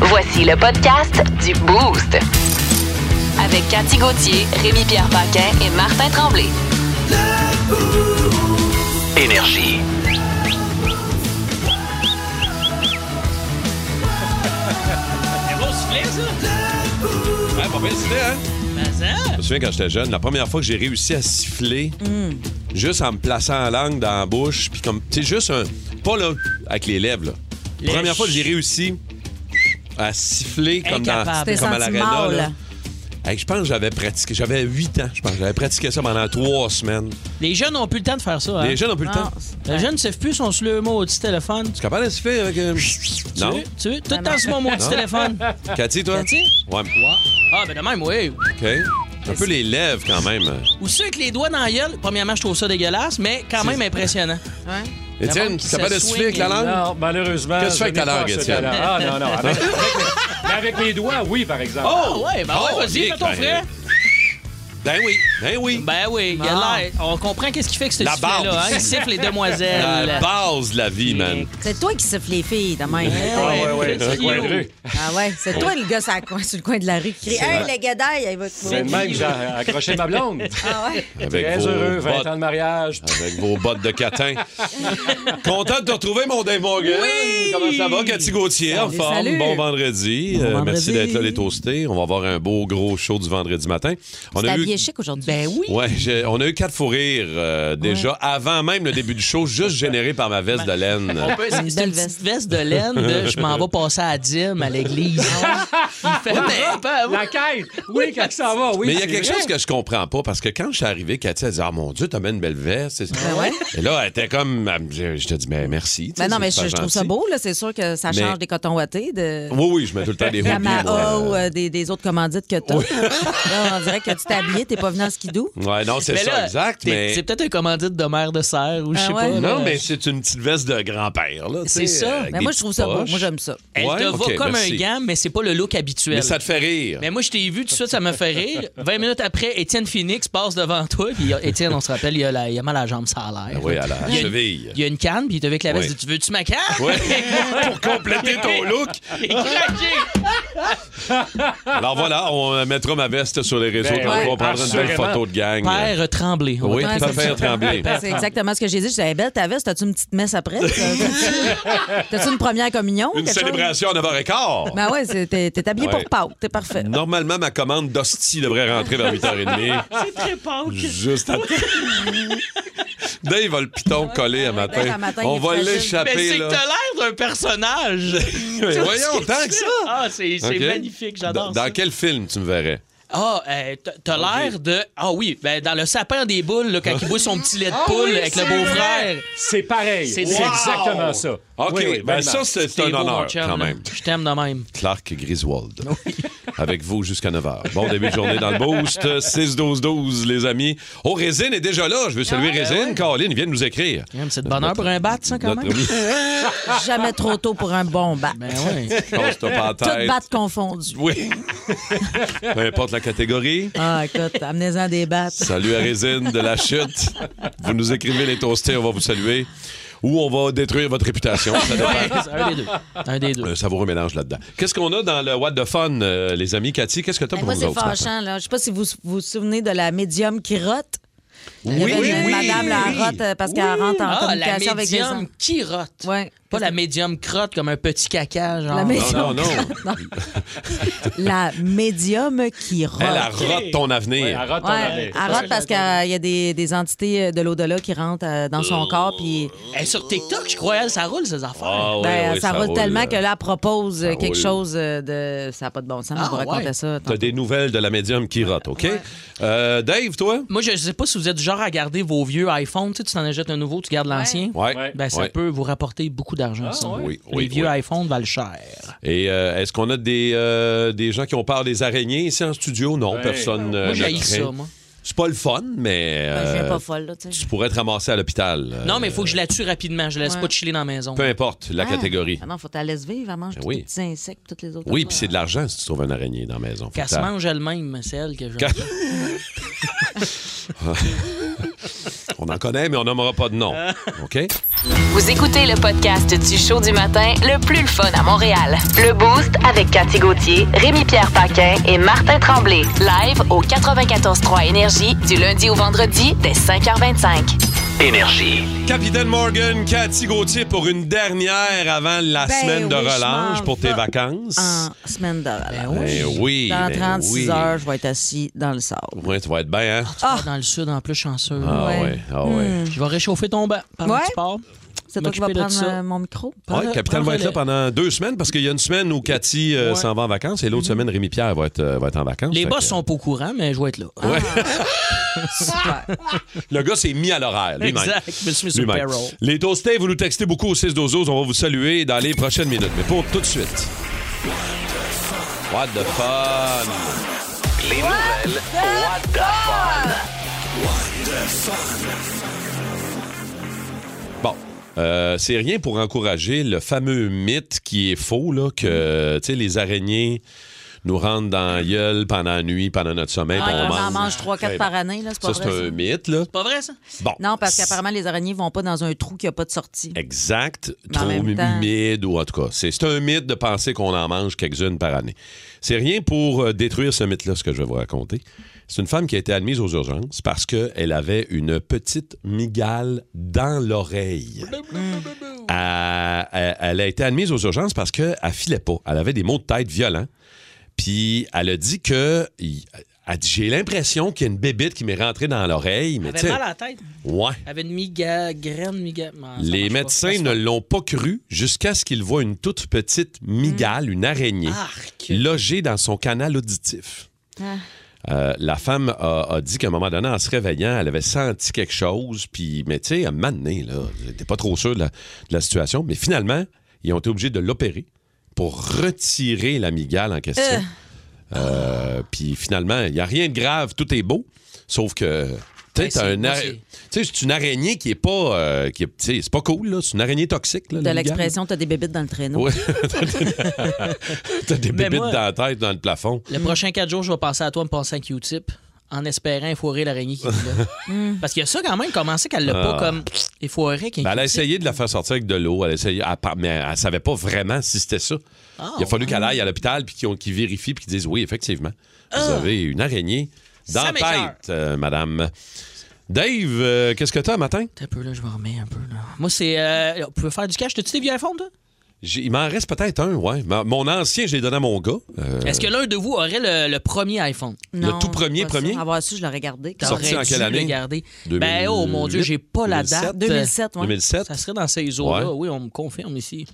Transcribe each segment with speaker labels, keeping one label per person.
Speaker 1: Voici le podcast du Boost. Avec Cathy Gauthier, Rémi-Pierre Paquin et Martin Tremblay.
Speaker 2: Énergie.
Speaker 3: Ouais, pas belle idée, hein? Je me souviens quand j'étais jeune, la première fois que j'ai réussi à siffler, juste en me plaçant la langue dans la bouche, puis comme, tu sais, juste un. Pas là, avec les lèvres, là.
Speaker 4: Le
Speaker 3: Première fois que j'ai
Speaker 4: ch-
Speaker 3: réussi à siffler comme, dans,
Speaker 4: Incapable.
Speaker 5: T'es
Speaker 3: comme à
Speaker 5: senti
Speaker 3: l'aréna,
Speaker 5: mal.
Speaker 3: là. Hey, je pense que j'avais pratiqué, j'avais 8 ans, je pense. J'avais pratiqué ça pendant 3 semaines.
Speaker 4: Les jeunes n'ont plus le temps de faire ça. hein.
Speaker 3: Les jeunes n'ont plus le temps.
Speaker 4: Les jeunes ne savent plus, sont sur le mot du téléphone.
Speaker 3: Tu es capable de siffler avec un.
Speaker 4: Tu
Speaker 3: Non?
Speaker 4: veux? Tu veux? Tout le temps sur mon mot du téléphone.
Speaker 3: Cathy, toi?
Speaker 4: Cathy?
Speaker 3: Ouais,
Speaker 4: Ah, ben de même, oui.
Speaker 3: OK. Un peu les lèvres quand même.
Speaker 4: Ou ceux avec les doigts dans la gueule. Premièrement, je trouve ça dégueulasse, mais quand même impressionnant.
Speaker 3: Étienne, tu es capable de
Speaker 4: se
Speaker 3: siffler avec la
Speaker 4: swing
Speaker 3: langue?
Speaker 6: Non, malheureusement.
Speaker 3: Qu'est-ce que tu
Speaker 6: je
Speaker 3: fais avec ta
Speaker 6: n'ai pas
Speaker 3: langue,
Speaker 6: ce
Speaker 3: Étienne?
Speaker 6: talent. Ah, non, non. Avec, avec mes, mais avec mes doigts, oui, par exemple.
Speaker 4: Ah ouais, ben
Speaker 3: Oh,
Speaker 4: ouais, vas-y,
Speaker 3: Nick,
Speaker 4: fais ton
Speaker 3: ben,
Speaker 4: frère.
Speaker 3: Ben oui, ben oui.
Speaker 4: Ben oui, il a l'air- on comprend qu'est-ce qui fait que c'est
Speaker 3: La
Speaker 4: sifflet là,
Speaker 3: barbe.
Speaker 4: hein? Il siffle les
Speaker 3: La
Speaker 4: demoiselles.
Speaker 3: base de la vie, man.
Speaker 5: C'est toi qui siffle les filles, de même.
Speaker 6: Ah,
Speaker 4: ouais,
Speaker 6: ouais, ouais,
Speaker 4: c'est
Speaker 6: c'est quoi,
Speaker 4: you.
Speaker 6: André?
Speaker 5: Ah ouais, c'est toi le gars sur, la coin- sur le coin de la rue qui crie Hey, les guédailles! Elle va te
Speaker 6: C'est de même que j'ai accroché ma blonde.
Speaker 5: Ah ouais?
Speaker 3: Avec
Speaker 6: Très
Speaker 3: vos
Speaker 6: heureux, 20
Speaker 3: bottes-
Speaker 6: ans de mariage.
Speaker 3: Avec vos bottes de catin. Content de te retrouver, mon Dave Morgan. Comment ça va, Cathy Gauthier? En
Speaker 5: Salut,
Speaker 3: forme.
Speaker 5: salut.
Speaker 3: Bon vendredi. Euh, Merci d'être là, les toastés. On va avoir un beau, gros show du vendredi matin. On
Speaker 5: T'es
Speaker 3: a eu.
Speaker 5: habillé chic aujourd'hui. Ben oui.
Speaker 3: Ouais, j'ai- on a eu quatre fous rires euh, déjà avant même le début du show, juste généré par ma veste de laine.
Speaker 4: C'est une
Speaker 5: belle
Speaker 4: petite veste de laine de je m'en vais passer à Dim à l'église. Il fait mais, pas-
Speaker 6: La quête! Oui, quand
Speaker 5: Ah
Speaker 6: ça va, oui.
Speaker 3: Mais il y a
Speaker 6: c'est
Speaker 3: quelque
Speaker 6: vrai.
Speaker 3: chose que je comprends pas parce que quand je suis arrivé, Cathy a dit Ah mon Dieu, t'as mis une belle veste.
Speaker 5: Ah ouais.
Speaker 3: Et là, elle était comme elle me dit- Je te dis, mais merci. tu sais,
Speaker 5: Ben non,
Speaker 3: c'est
Speaker 5: mais
Speaker 3: super
Speaker 5: je, je trouve
Speaker 3: gentil.
Speaker 5: ça beau, là. C'est sûr que ça
Speaker 3: Mais-
Speaker 5: change des cotons wattés, de
Speaker 3: Oui, oui, je mets tout le temps des roupies.
Speaker 5: Yamaha ou
Speaker 3: moi.
Speaker 5: euh, des, des autres commandites que t'as. Là, on dirait que tu t'es habillé, t'es pas venu en skidoo.
Speaker 3: Ouais, non, c'est
Speaker 4: Mais
Speaker 3: ça,
Speaker 4: là,
Speaker 3: exact.
Speaker 4: t'es-
Speaker 3: Mais...
Speaker 4: C'est peut-être un commandite de mère de serre ou je sais
Speaker 5: Ah
Speaker 4: pas.
Speaker 5: ouais?
Speaker 3: Non,
Speaker 4: là.
Speaker 3: mais c'est une petite veste de grand-père. là, tu
Speaker 4: C'est
Speaker 3: sais,
Speaker 4: ça.
Speaker 3: avec
Speaker 5: Mais
Speaker 3: des
Speaker 5: moi, je trouve
Speaker 3: petites
Speaker 5: ça beau.
Speaker 3: poches.
Speaker 5: Moi, j'aime ça.
Speaker 4: Elle
Speaker 3: Ouais,
Speaker 4: te
Speaker 3: ok,
Speaker 4: va comme
Speaker 3: merci.
Speaker 4: un gant, mais c'est pas le look habituel.
Speaker 3: Mais ça te fait rire.
Speaker 4: Mais moi, je t'ai vu tout de suite, ça me fait rire. 20 minutes après, Étienne Phoenix passe devant toi. Puis Étienne, on se rappelle, il a, la- il a mal à la jambe, ça a l'air.
Speaker 3: Ah Oui, à la
Speaker 4: Il y a-
Speaker 3: cheville.
Speaker 4: Il y a une canne, puis il te avec la veste.
Speaker 3: Oui.
Speaker 4: il dit, Tu veux-tu ma canne?
Speaker 3: Ouais. Pour compléter ton look.
Speaker 4: Il est craqué.
Speaker 3: Alors voilà, on euh, mettra ma veste sur les réseaux
Speaker 6: Ben
Speaker 3: quand
Speaker 6: oui,
Speaker 3: on prendra une belle
Speaker 6: absolument.
Speaker 3: photo de gang.
Speaker 4: Père Tremblay. on va
Speaker 3: Oui,
Speaker 4: t'appeler.
Speaker 3: ça fait trembler.
Speaker 5: C'est exactement ce que j'ai dit. Je disais, belle ta veste, t'as-tu une petite messe après? T'as-tu- T'as-tu une première communion?
Speaker 3: Une
Speaker 5: quelque chose?
Speaker 3: célébration à 9h15.
Speaker 5: Ben ouais, c'est- t'es t'es habillé
Speaker 3: Oh. Ouais.
Speaker 5: pour Pâques. T'es parfait.
Speaker 3: Normalement, ma commande d'hostie devrait rentrer vers 8h30.
Speaker 4: C'est très pauvre.
Speaker 3: Juste à... Dave va le piton collé à
Speaker 5: Dave,
Speaker 3: matin.
Speaker 5: à matin,
Speaker 3: On
Speaker 5: il est
Speaker 3: va
Speaker 5: fragile.
Speaker 4: Mais
Speaker 3: l'échapper,
Speaker 4: c'est que t'as
Speaker 3: là.
Speaker 4: l'air d'un personnage.
Speaker 3: Mais voyons, tant que ça.
Speaker 4: Ah, c'est c'est
Speaker 3: Ok.
Speaker 4: magnifique, j'adore
Speaker 3: Dans,
Speaker 4: ça.
Speaker 3: dans quel film tu me verrais?
Speaker 4: Ah, euh, t- t'as l'air de. Ah oui, ben, dans le sapin des boules, là, quand il boit son petit lait
Speaker 5: Ah
Speaker 4: de poule avec le beau-frère.
Speaker 6: C'est pareil.
Speaker 4: C'est
Speaker 6: C'est
Speaker 4: wow!
Speaker 6: exactement ça.
Speaker 3: OK,
Speaker 6: Oui, oui,
Speaker 3: ben
Speaker 6: vraiment.
Speaker 3: ça, c'est
Speaker 4: T'es
Speaker 3: un
Speaker 4: beau, mon
Speaker 3: honneur
Speaker 4: chum,
Speaker 3: Ah, quand
Speaker 4: là.
Speaker 3: même.
Speaker 4: Je t'aime de même.
Speaker 3: Clark Griswold. Avec vous jusqu'à 9h. Bon début de journée dans le boost. 6-12-12, les amis. Oh, Résine est déjà là. Je veux
Speaker 5: Ah,
Speaker 3: saluer
Speaker 5: ben
Speaker 3: Résine. Caroline vient de nous écrire.
Speaker 4: C'est de bonheur pour un bat, ça, quand
Speaker 3: Notre
Speaker 4: même.
Speaker 3: ami,
Speaker 5: Jamais trop tôt pour un bon bat.
Speaker 4: Ben oui.
Speaker 3: casse-toi pas la
Speaker 5: Toutes
Speaker 3: tête.
Speaker 5: battes confondues.
Speaker 3: Oui. Peu importe la catégorie.
Speaker 5: Ah, écoute, amenez-en des battes.
Speaker 3: Salut à Résine de la chute. Vous nous écrivez les toastés, on va vous saluer. Ou on va détruire votre réputation. Ça dépend.
Speaker 4: un des deux. Un des deux.
Speaker 3: Un savoureux mélange là-dedans. Qu'est-ce qu'on a dans le What the Fun, euh, les amis? Cathy, qu'est-ce que t'as
Speaker 5: Ben,
Speaker 3: pour
Speaker 5: moi,
Speaker 3: nous
Speaker 5: c'est
Speaker 3: autres? ce matin?
Speaker 5: fâchant, là. Je sais pas si vous vous vous souvenez de la médium qui rote. Il y
Speaker 3: Oui,
Speaker 5: avait une
Speaker 3: oui,
Speaker 5: madame, la
Speaker 3: oui.
Speaker 5: rote, euh, parce qu'elle rentre en
Speaker 4: Ah, la
Speaker 5: communication avec les
Speaker 4: médium
Speaker 5: gens.
Speaker 4: qui rote.
Speaker 5: Ouais.
Speaker 4: Pas la médium crotte comme un petit caca, genre.
Speaker 5: La médium.
Speaker 3: Non, non, non.
Speaker 5: La médium qui rote.
Speaker 3: Elle, elle Hein, rote ton avenir.
Speaker 6: Ouais, arrête ton
Speaker 5: Ouais,
Speaker 6: arrêt.
Speaker 5: elle rote parce qu'il y a des, des entités de l'au-delà qui rentrent euh, dans son corps, puis
Speaker 4: Elle est sur TikTok, je crois, elle, ça roule, ses affaires.
Speaker 3: Ah, oui,
Speaker 5: ben,
Speaker 3: oui,
Speaker 5: ça, roule tellement
Speaker 3: là.
Speaker 5: que là, elle propose euh,
Speaker 3: Ça
Speaker 5: quelque
Speaker 3: roule.
Speaker 5: chose euh, de. Ça n'a pas de bon sens,
Speaker 4: Ah,
Speaker 5: on vous raconter
Speaker 4: ouais.
Speaker 5: ça. tantôt.
Speaker 3: T'as des nouvelles de la médium qui rote, OK? Euh, Dave, toi?
Speaker 4: Moi, je sais pas si vous êtes du genre à garder vos vieux iPhones. Tu sais, tu t'en achètes un nouveau, tu gardes l'ancien.
Speaker 3: Ouais.
Speaker 4: Ben, ça
Speaker 3: Ouais.
Speaker 5: Ah,
Speaker 4: peut vous rapporter beaucoup d'argent, ça.
Speaker 3: ouais? Oui,
Speaker 4: Les
Speaker 3: oui,
Speaker 4: vieux
Speaker 3: oui.
Speaker 4: iPhones valent cher.
Speaker 3: Et euh, est-ce qu'on a des, euh, des gens qui ont peur des araignées ici en studio? Non,
Speaker 4: Ouais.
Speaker 3: personne. euh,
Speaker 4: Moi,
Speaker 3: ne
Speaker 4: j'haïs
Speaker 3: craint.
Speaker 4: ça, moi.
Speaker 3: C'est pas le fun, mais.
Speaker 4: Ben, je viens
Speaker 3: euh,
Speaker 4: pas folle, là, tu sais.
Speaker 3: Tu pourrais te ramasser à l'hôpital. euh,
Speaker 4: Non, mais il faut que je la tue rapidement. Je la laisse
Speaker 5: Ouais.
Speaker 4: pas chiller dans la maison.
Speaker 3: Peu importe la
Speaker 5: Ah,
Speaker 3: catégorie.
Speaker 5: Ah non, faut que tu la laisses vivre, elle mange
Speaker 3: Ben
Speaker 5: tous
Speaker 3: oui.
Speaker 5: les petits insectes, toutes les autres.
Speaker 3: Oui, puis c'est de l'argent si tu trouves une araignée dans la maison. Faut
Speaker 4: Qu'elle
Speaker 3: que
Speaker 4: se
Speaker 3: t'as-
Speaker 4: mange elle-même, celle que je.
Speaker 3: Qu'elle- on en connaît, mais on nommera pas de nom. OK?
Speaker 1: Vous écoutez le podcast du show du matin le plus le fun à Montréal. Le Boost avec Cathy Gauthier, Rémi-Pierre Paquin et Martin Tremblay. Live au 94.3 Énergie du lundi au vendredi dès 5h25.
Speaker 3: Énergie. Capitaine Morgan, Cathy Gauthier pour une dernière avant la
Speaker 5: Ben
Speaker 3: semaine de
Speaker 5: oui, je
Speaker 3: relâche
Speaker 5: m'en
Speaker 3: pour tes
Speaker 5: vais
Speaker 3: vacances.
Speaker 5: En semaine de relâche.
Speaker 3: Ben oui,
Speaker 5: Dans
Speaker 3: ben
Speaker 5: 36
Speaker 3: oui.
Speaker 5: heures, je vais être assis dans le sable.
Speaker 3: Ouais, tu vas être bien, hein?
Speaker 4: Ah. Dans le sud, en plus, chanceux.
Speaker 3: Ah ouais, ah
Speaker 5: Hmm.
Speaker 3: ouais.
Speaker 4: Je vais réchauffer ton banc pendant que tu pars.
Speaker 5: C'est toi qui vas
Speaker 4: M'occuper de
Speaker 5: prendre
Speaker 4: ça.
Speaker 5: euh, mon micro.
Speaker 3: Ouais, le capitaine va
Speaker 4: prends-le.
Speaker 3: être là pendant deux semaines parce qu'il y a une semaine où Cathy euh,
Speaker 4: Ouais. Mm-hmm.
Speaker 3: s'en va en vacances et l'autre semaine, Rémi Pierre va être, euh, va être en vacances.
Speaker 4: Les
Speaker 3: Fait
Speaker 4: boss
Speaker 3: que- Ah,
Speaker 4: sont pas au courant, mais je vais être là.
Speaker 3: Ouais.
Speaker 5: Super.
Speaker 3: Le gars s'est mis à l'horaire. lui-même.
Speaker 4: Exact, je me suis mis sur le
Speaker 3: Lui-même.
Speaker 4: payroll.
Speaker 3: Les toastés, vous nous textez beaucoup au 6 12 On va vous saluer dans les prochaines minutes. Mais pour tout de suite. What the fun!
Speaker 7: Les nouvelles. What the fun?
Speaker 3: Bon. euh, c'est rien pour encourager le fameux mythe qui est faux, là,
Speaker 5: Mm.
Speaker 3: que tu sais, les araignées nous rentrent dans la gueule pendant la nuit, pendant notre sommeil.
Speaker 5: Ah,
Speaker 3: puis
Speaker 5: on
Speaker 3: on
Speaker 5: en mange 3-4
Speaker 3: Ouais,
Speaker 5: par
Speaker 3: bon.
Speaker 5: année, là, c'est pas
Speaker 3: Ça,
Speaker 5: vrai,
Speaker 3: c'est
Speaker 5: ça?
Speaker 3: un mythe, là.
Speaker 4: Pas vrai, ça?
Speaker 3: Bon.
Speaker 5: Non, parce qu'apparemment, les araignées vont pas dans un trou qui a pas de sortie.
Speaker 3: Exact.
Speaker 5: Mais en
Speaker 3: trop
Speaker 5: même temps-
Speaker 3: humide ou en tout cas. C'est c'est un mythe de penser qu'on en mange quelques-unes par année. C'est rien pour euh, détruire ce mythe-là, ce que je vais vous raconter. C'est une femme qui a été admise aux urgences parce qu'elle avait une petite migale dans l'oreille. Elle, elle- elle a été admise aux urgences parce qu'elle filait pas. Elle avait des maux de tête violents. Puis elle a dit que... il- elle dit, j'ai l'impression qu'il y a une bébite qui m'est rentrée dans l'oreille, mais
Speaker 4: Elle
Speaker 3: tu
Speaker 4: avait
Speaker 3: sais...
Speaker 4: mal à la tête.
Speaker 3: Ouais.
Speaker 4: Elle avait une miga, graine miga. Non, ça
Speaker 3: Les
Speaker 4: marche pas.
Speaker 3: médecins ne l'ont pas cru jusqu'à ce qu'ils voient une toute petite migale, une araignée,
Speaker 4: Arc.
Speaker 3: logée dans son canal auditif.
Speaker 5: Ah.
Speaker 3: Euh, la femme a, a dit qu'à un moment donné, en se réveillant, elle avait senti quelque chose, puis, mais tu sais, à un moment donné, là, j'étais pas trop sûr de la, de la situation, mais finalement, ils ont été obligés de l'opérer pour retirer la migale en question.
Speaker 5: Euh.
Speaker 3: Euh, puis finalement, il n'y a rien de grave, tout est beau, sauf que. tu sais,
Speaker 4: Ouais,
Speaker 3: t'as
Speaker 4: c'est-
Speaker 3: un
Speaker 4: moi,
Speaker 3: ara-
Speaker 4: c'est-
Speaker 3: tu sais, c'est une araignée qui est pas. euh, qui est- tu sais, c'est pas cool, là. C'est une araignée toxique, là.
Speaker 5: De
Speaker 3: la migale.
Speaker 5: l'expression, t'as des bébites dans le traîneau.
Speaker 3: Ouais. T'as des
Speaker 4: Mais
Speaker 3: bébites
Speaker 4: moi-
Speaker 3: dans la tête, dans le plafond.
Speaker 4: Le prochain 4 jours, je vais passer à toi me passer un Q-tip en espérant effoirer l'araignée qui est là.
Speaker 5: Hmm.
Speaker 4: Parce qu'il y a ça quand même, comment c'est qu'elle l'a
Speaker 3: Ah.
Speaker 4: pas comme effoiré qu'un
Speaker 3: Ben, elle a
Speaker 4: Q-tip?
Speaker 3: essayé de la faire sortir avec de l'eau, elle a essayé, elle par- mais elle savait pas vraiment si c'était ça.
Speaker 4: Ah,
Speaker 3: Il a fallu qu'elle aille à l'hôpital puis qu'ils ont- qu'ils vérifient puis qu'ils disent oui, effectivement, vous
Speaker 4: Ah.
Speaker 3: avez une araignée dans
Speaker 4: Ça
Speaker 3: la
Speaker 4: m'écoeure.
Speaker 3: tête, euh, madame. Dave, euh, qu'est-ce que t'as matin?
Speaker 4: Attends Un peu, là, je me remets un peu. Là. Moi, c'est. euh, on peut faire du cash. T'as-tu des vieux iPhones, toi?
Speaker 3: J'ai- Il m'en reste peut-être un, ouais. Ma- Mon ancien, je l'ai donné à mon gars. Euh,
Speaker 4: Est-ce que l'un de vous aurait le, le premier iPhone?
Speaker 5: Non,
Speaker 3: tout premier,
Speaker 5: pas ça.
Speaker 3: premier?
Speaker 5: Avoir su, je l'aurais gardé.
Speaker 3: Sorti
Speaker 4: T'aurais
Speaker 3: en
Speaker 4: dû
Speaker 3: quelle
Speaker 4: le
Speaker 3: année?
Speaker 4: garder. Ben, oh mon Dieu, j'ai pas la
Speaker 3: 2007?
Speaker 4: date.
Speaker 5: 2007, moi.
Speaker 3: 2007?
Speaker 4: Ça serait dans ces eaux-là.
Speaker 3: Ouais.
Speaker 4: Oui, on me confirme ici.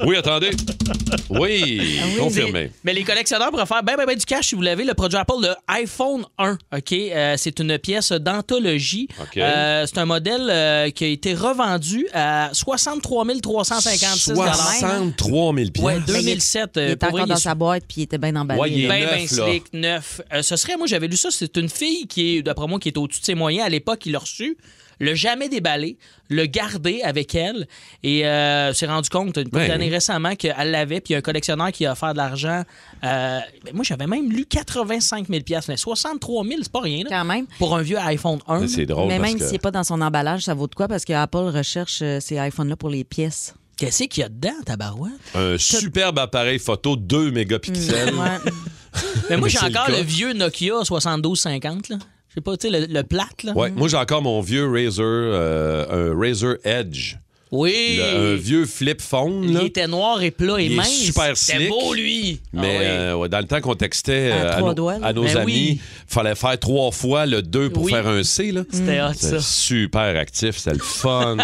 Speaker 3: Oui, attendez. Ah Oui,
Speaker 5: Ah
Speaker 3: confirmé.
Speaker 4: Ah Mais les collectionneurs pourraient faire ben, ben, ben du cash si vous l'avez. Le produit Apple, le iPhone 1, OK? Euh, c'est une pièce d'anthologie.
Speaker 3: OK.
Speaker 4: Euh, c'est un modèle euh, qui a été revendu à 63 356
Speaker 3: 63 000
Speaker 4: Ouais,
Speaker 3: piastres.
Speaker 4: 2007.
Speaker 5: Il
Speaker 4: euh,
Speaker 5: était
Speaker 4: pour vrai,
Speaker 5: encore
Speaker 4: il
Speaker 5: dans
Speaker 4: est
Speaker 5: sa boîte, puis il était bien emballé.
Speaker 3: Ouais, il est
Speaker 5: là.
Speaker 4: ben, ben
Speaker 3: neuf, là.
Speaker 4: slick, neuf. Euh, ce serait, moi, j'avais lu ça, c'est une fille qui est, d'après moi, qui est au-dessus de ses moyens à l'époque, qui l'a reçu, le jamais déballé, le gardé avec elle, et euh, s'est rendu compte une
Speaker 3: Ouais.
Speaker 4: petite année récemment qu'elle l'avait, puis il y a un collectionneur qui a offert de l'argent. Euh, ben, moi, j'avais même lu 85 000 mais 63 000, c'est pas rien, là,
Speaker 5: Quand même.
Speaker 4: pour un vieux iPhone 1.
Speaker 3: C'est drôle
Speaker 5: Mais
Speaker 3: parce
Speaker 5: même
Speaker 3: que...
Speaker 5: s'il n'est pas dans son emballage, ça vaut de quoi? Parce que Apple recherche euh, ces iPhones-là pour les pièces.
Speaker 4: Qu'est-ce qu'il y a dedans, tabarouette?
Speaker 3: Un superbe appareil photo,
Speaker 4: Mm,
Speaker 3: 2 mégapixels.
Speaker 5: Ouais.
Speaker 4: Mais moi,
Speaker 3: Mais
Speaker 4: j'ai
Speaker 3: c'est le
Speaker 4: encore
Speaker 3: cas.
Speaker 4: le vieux Nokia 7250, là. Je sais pas, tu sais, le, le plate, là.
Speaker 5: Mhm.
Speaker 3: Ouais, moi j'ai encore mon vieux Razer, euh, un Razer Edge,
Speaker 4: Oui!
Speaker 3: Le- un vieux flip phone. là.
Speaker 4: Il était noir et plat et
Speaker 3: Il est
Speaker 4: mince.
Speaker 3: super
Speaker 4: C'était
Speaker 3: slick.
Speaker 4: beau, lui.
Speaker 3: Mais
Speaker 4: Ah oui.
Speaker 3: euh, ouais, dans le temps qu'on textait
Speaker 5: À
Speaker 3: euh, à,
Speaker 5: trois
Speaker 3: nos,
Speaker 5: doigts, là.
Speaker 3: à nos
Speaker 4: Ben
Speaker 3: amis,
Speaker 4: oui.
Speaker 3: fallait faire trois fois le 2 pour
Speaker 4: Oui.
Speaker 3: faire un C. là.
Speaker 4: C'était hot,
Speaker 3: C'était
Speaker 4: ça.
Speaker 3: super actif, c'était le fun,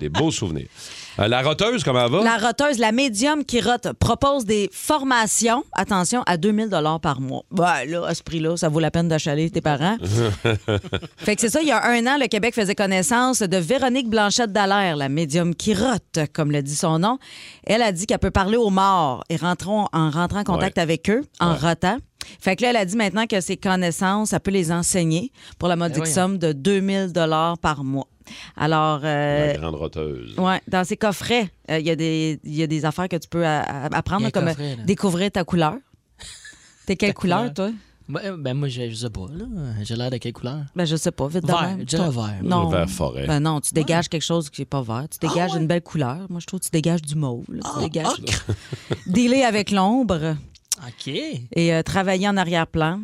Speaker 3: des beaux souvenirs. Euh, la roteuse, comment elle va?
Speaker 5: La roteuse, la médium qui rote, propose des formations, attention, à 2000 par mois. Ben là, à ce prix-là, ça vaut la peine d'achaler tes parents. fait que c'est ça, il y a un an, le Québec faisait connaissance de Véronique Blanchette Dallaire, la médium qui rote, comme le dit son nom. Elle a dit qu'elle peut parler aux morts et rentrons, en rentrant en contact
Speaker 3: Ouais.
Speaker 5: avec eux, en rotant. Fait que là, elle a dit maintenant que ses connaissances, elle peut les enseigner pour la
Speaker 3: Eh
Speaker 5: modique
Speaker 4: voyons.
Speaker 5: somme de 2000 par mois. Alors, euh,
Speaker 3: La grande roteuse.
Speaker 5: Ouais, dans ces coffrets, euh, il y, a des- il y a des affaires que tu peux euh,
Speaker 4: Il y
Speaker 5: apprendre,
Speaker 4: a un
Speaker 5: comme euh,
Speaker 4: coffret, là.
Speaker 5: découvrir ta couleur. T'es quelle couleur, toi?
Speaker 4: Ben, ben, moi, je, je sais pas, là. J'ai l'air de quelle couleur?
Speaker 5: Ben, je sais pas, vite de
Speaker 4: Vert,
Speaker 5: même.
Speaker 4: je dirais
Speaker 5: Toi-
Speaker 4: vert.
Speaker 5: Non.
Speaker 3: Vert forêt.
Speaker 5: Ben non, tu dégages quelque chose qui n'est pas vert. Tu dégages une belle couleur. Moi, je trouve que tu dégages du mauve. là. Tu dégages. Dealer avec l'ombre
Speaker 4: OK.
Speaker 5: et euh, travailler en arrière-plan.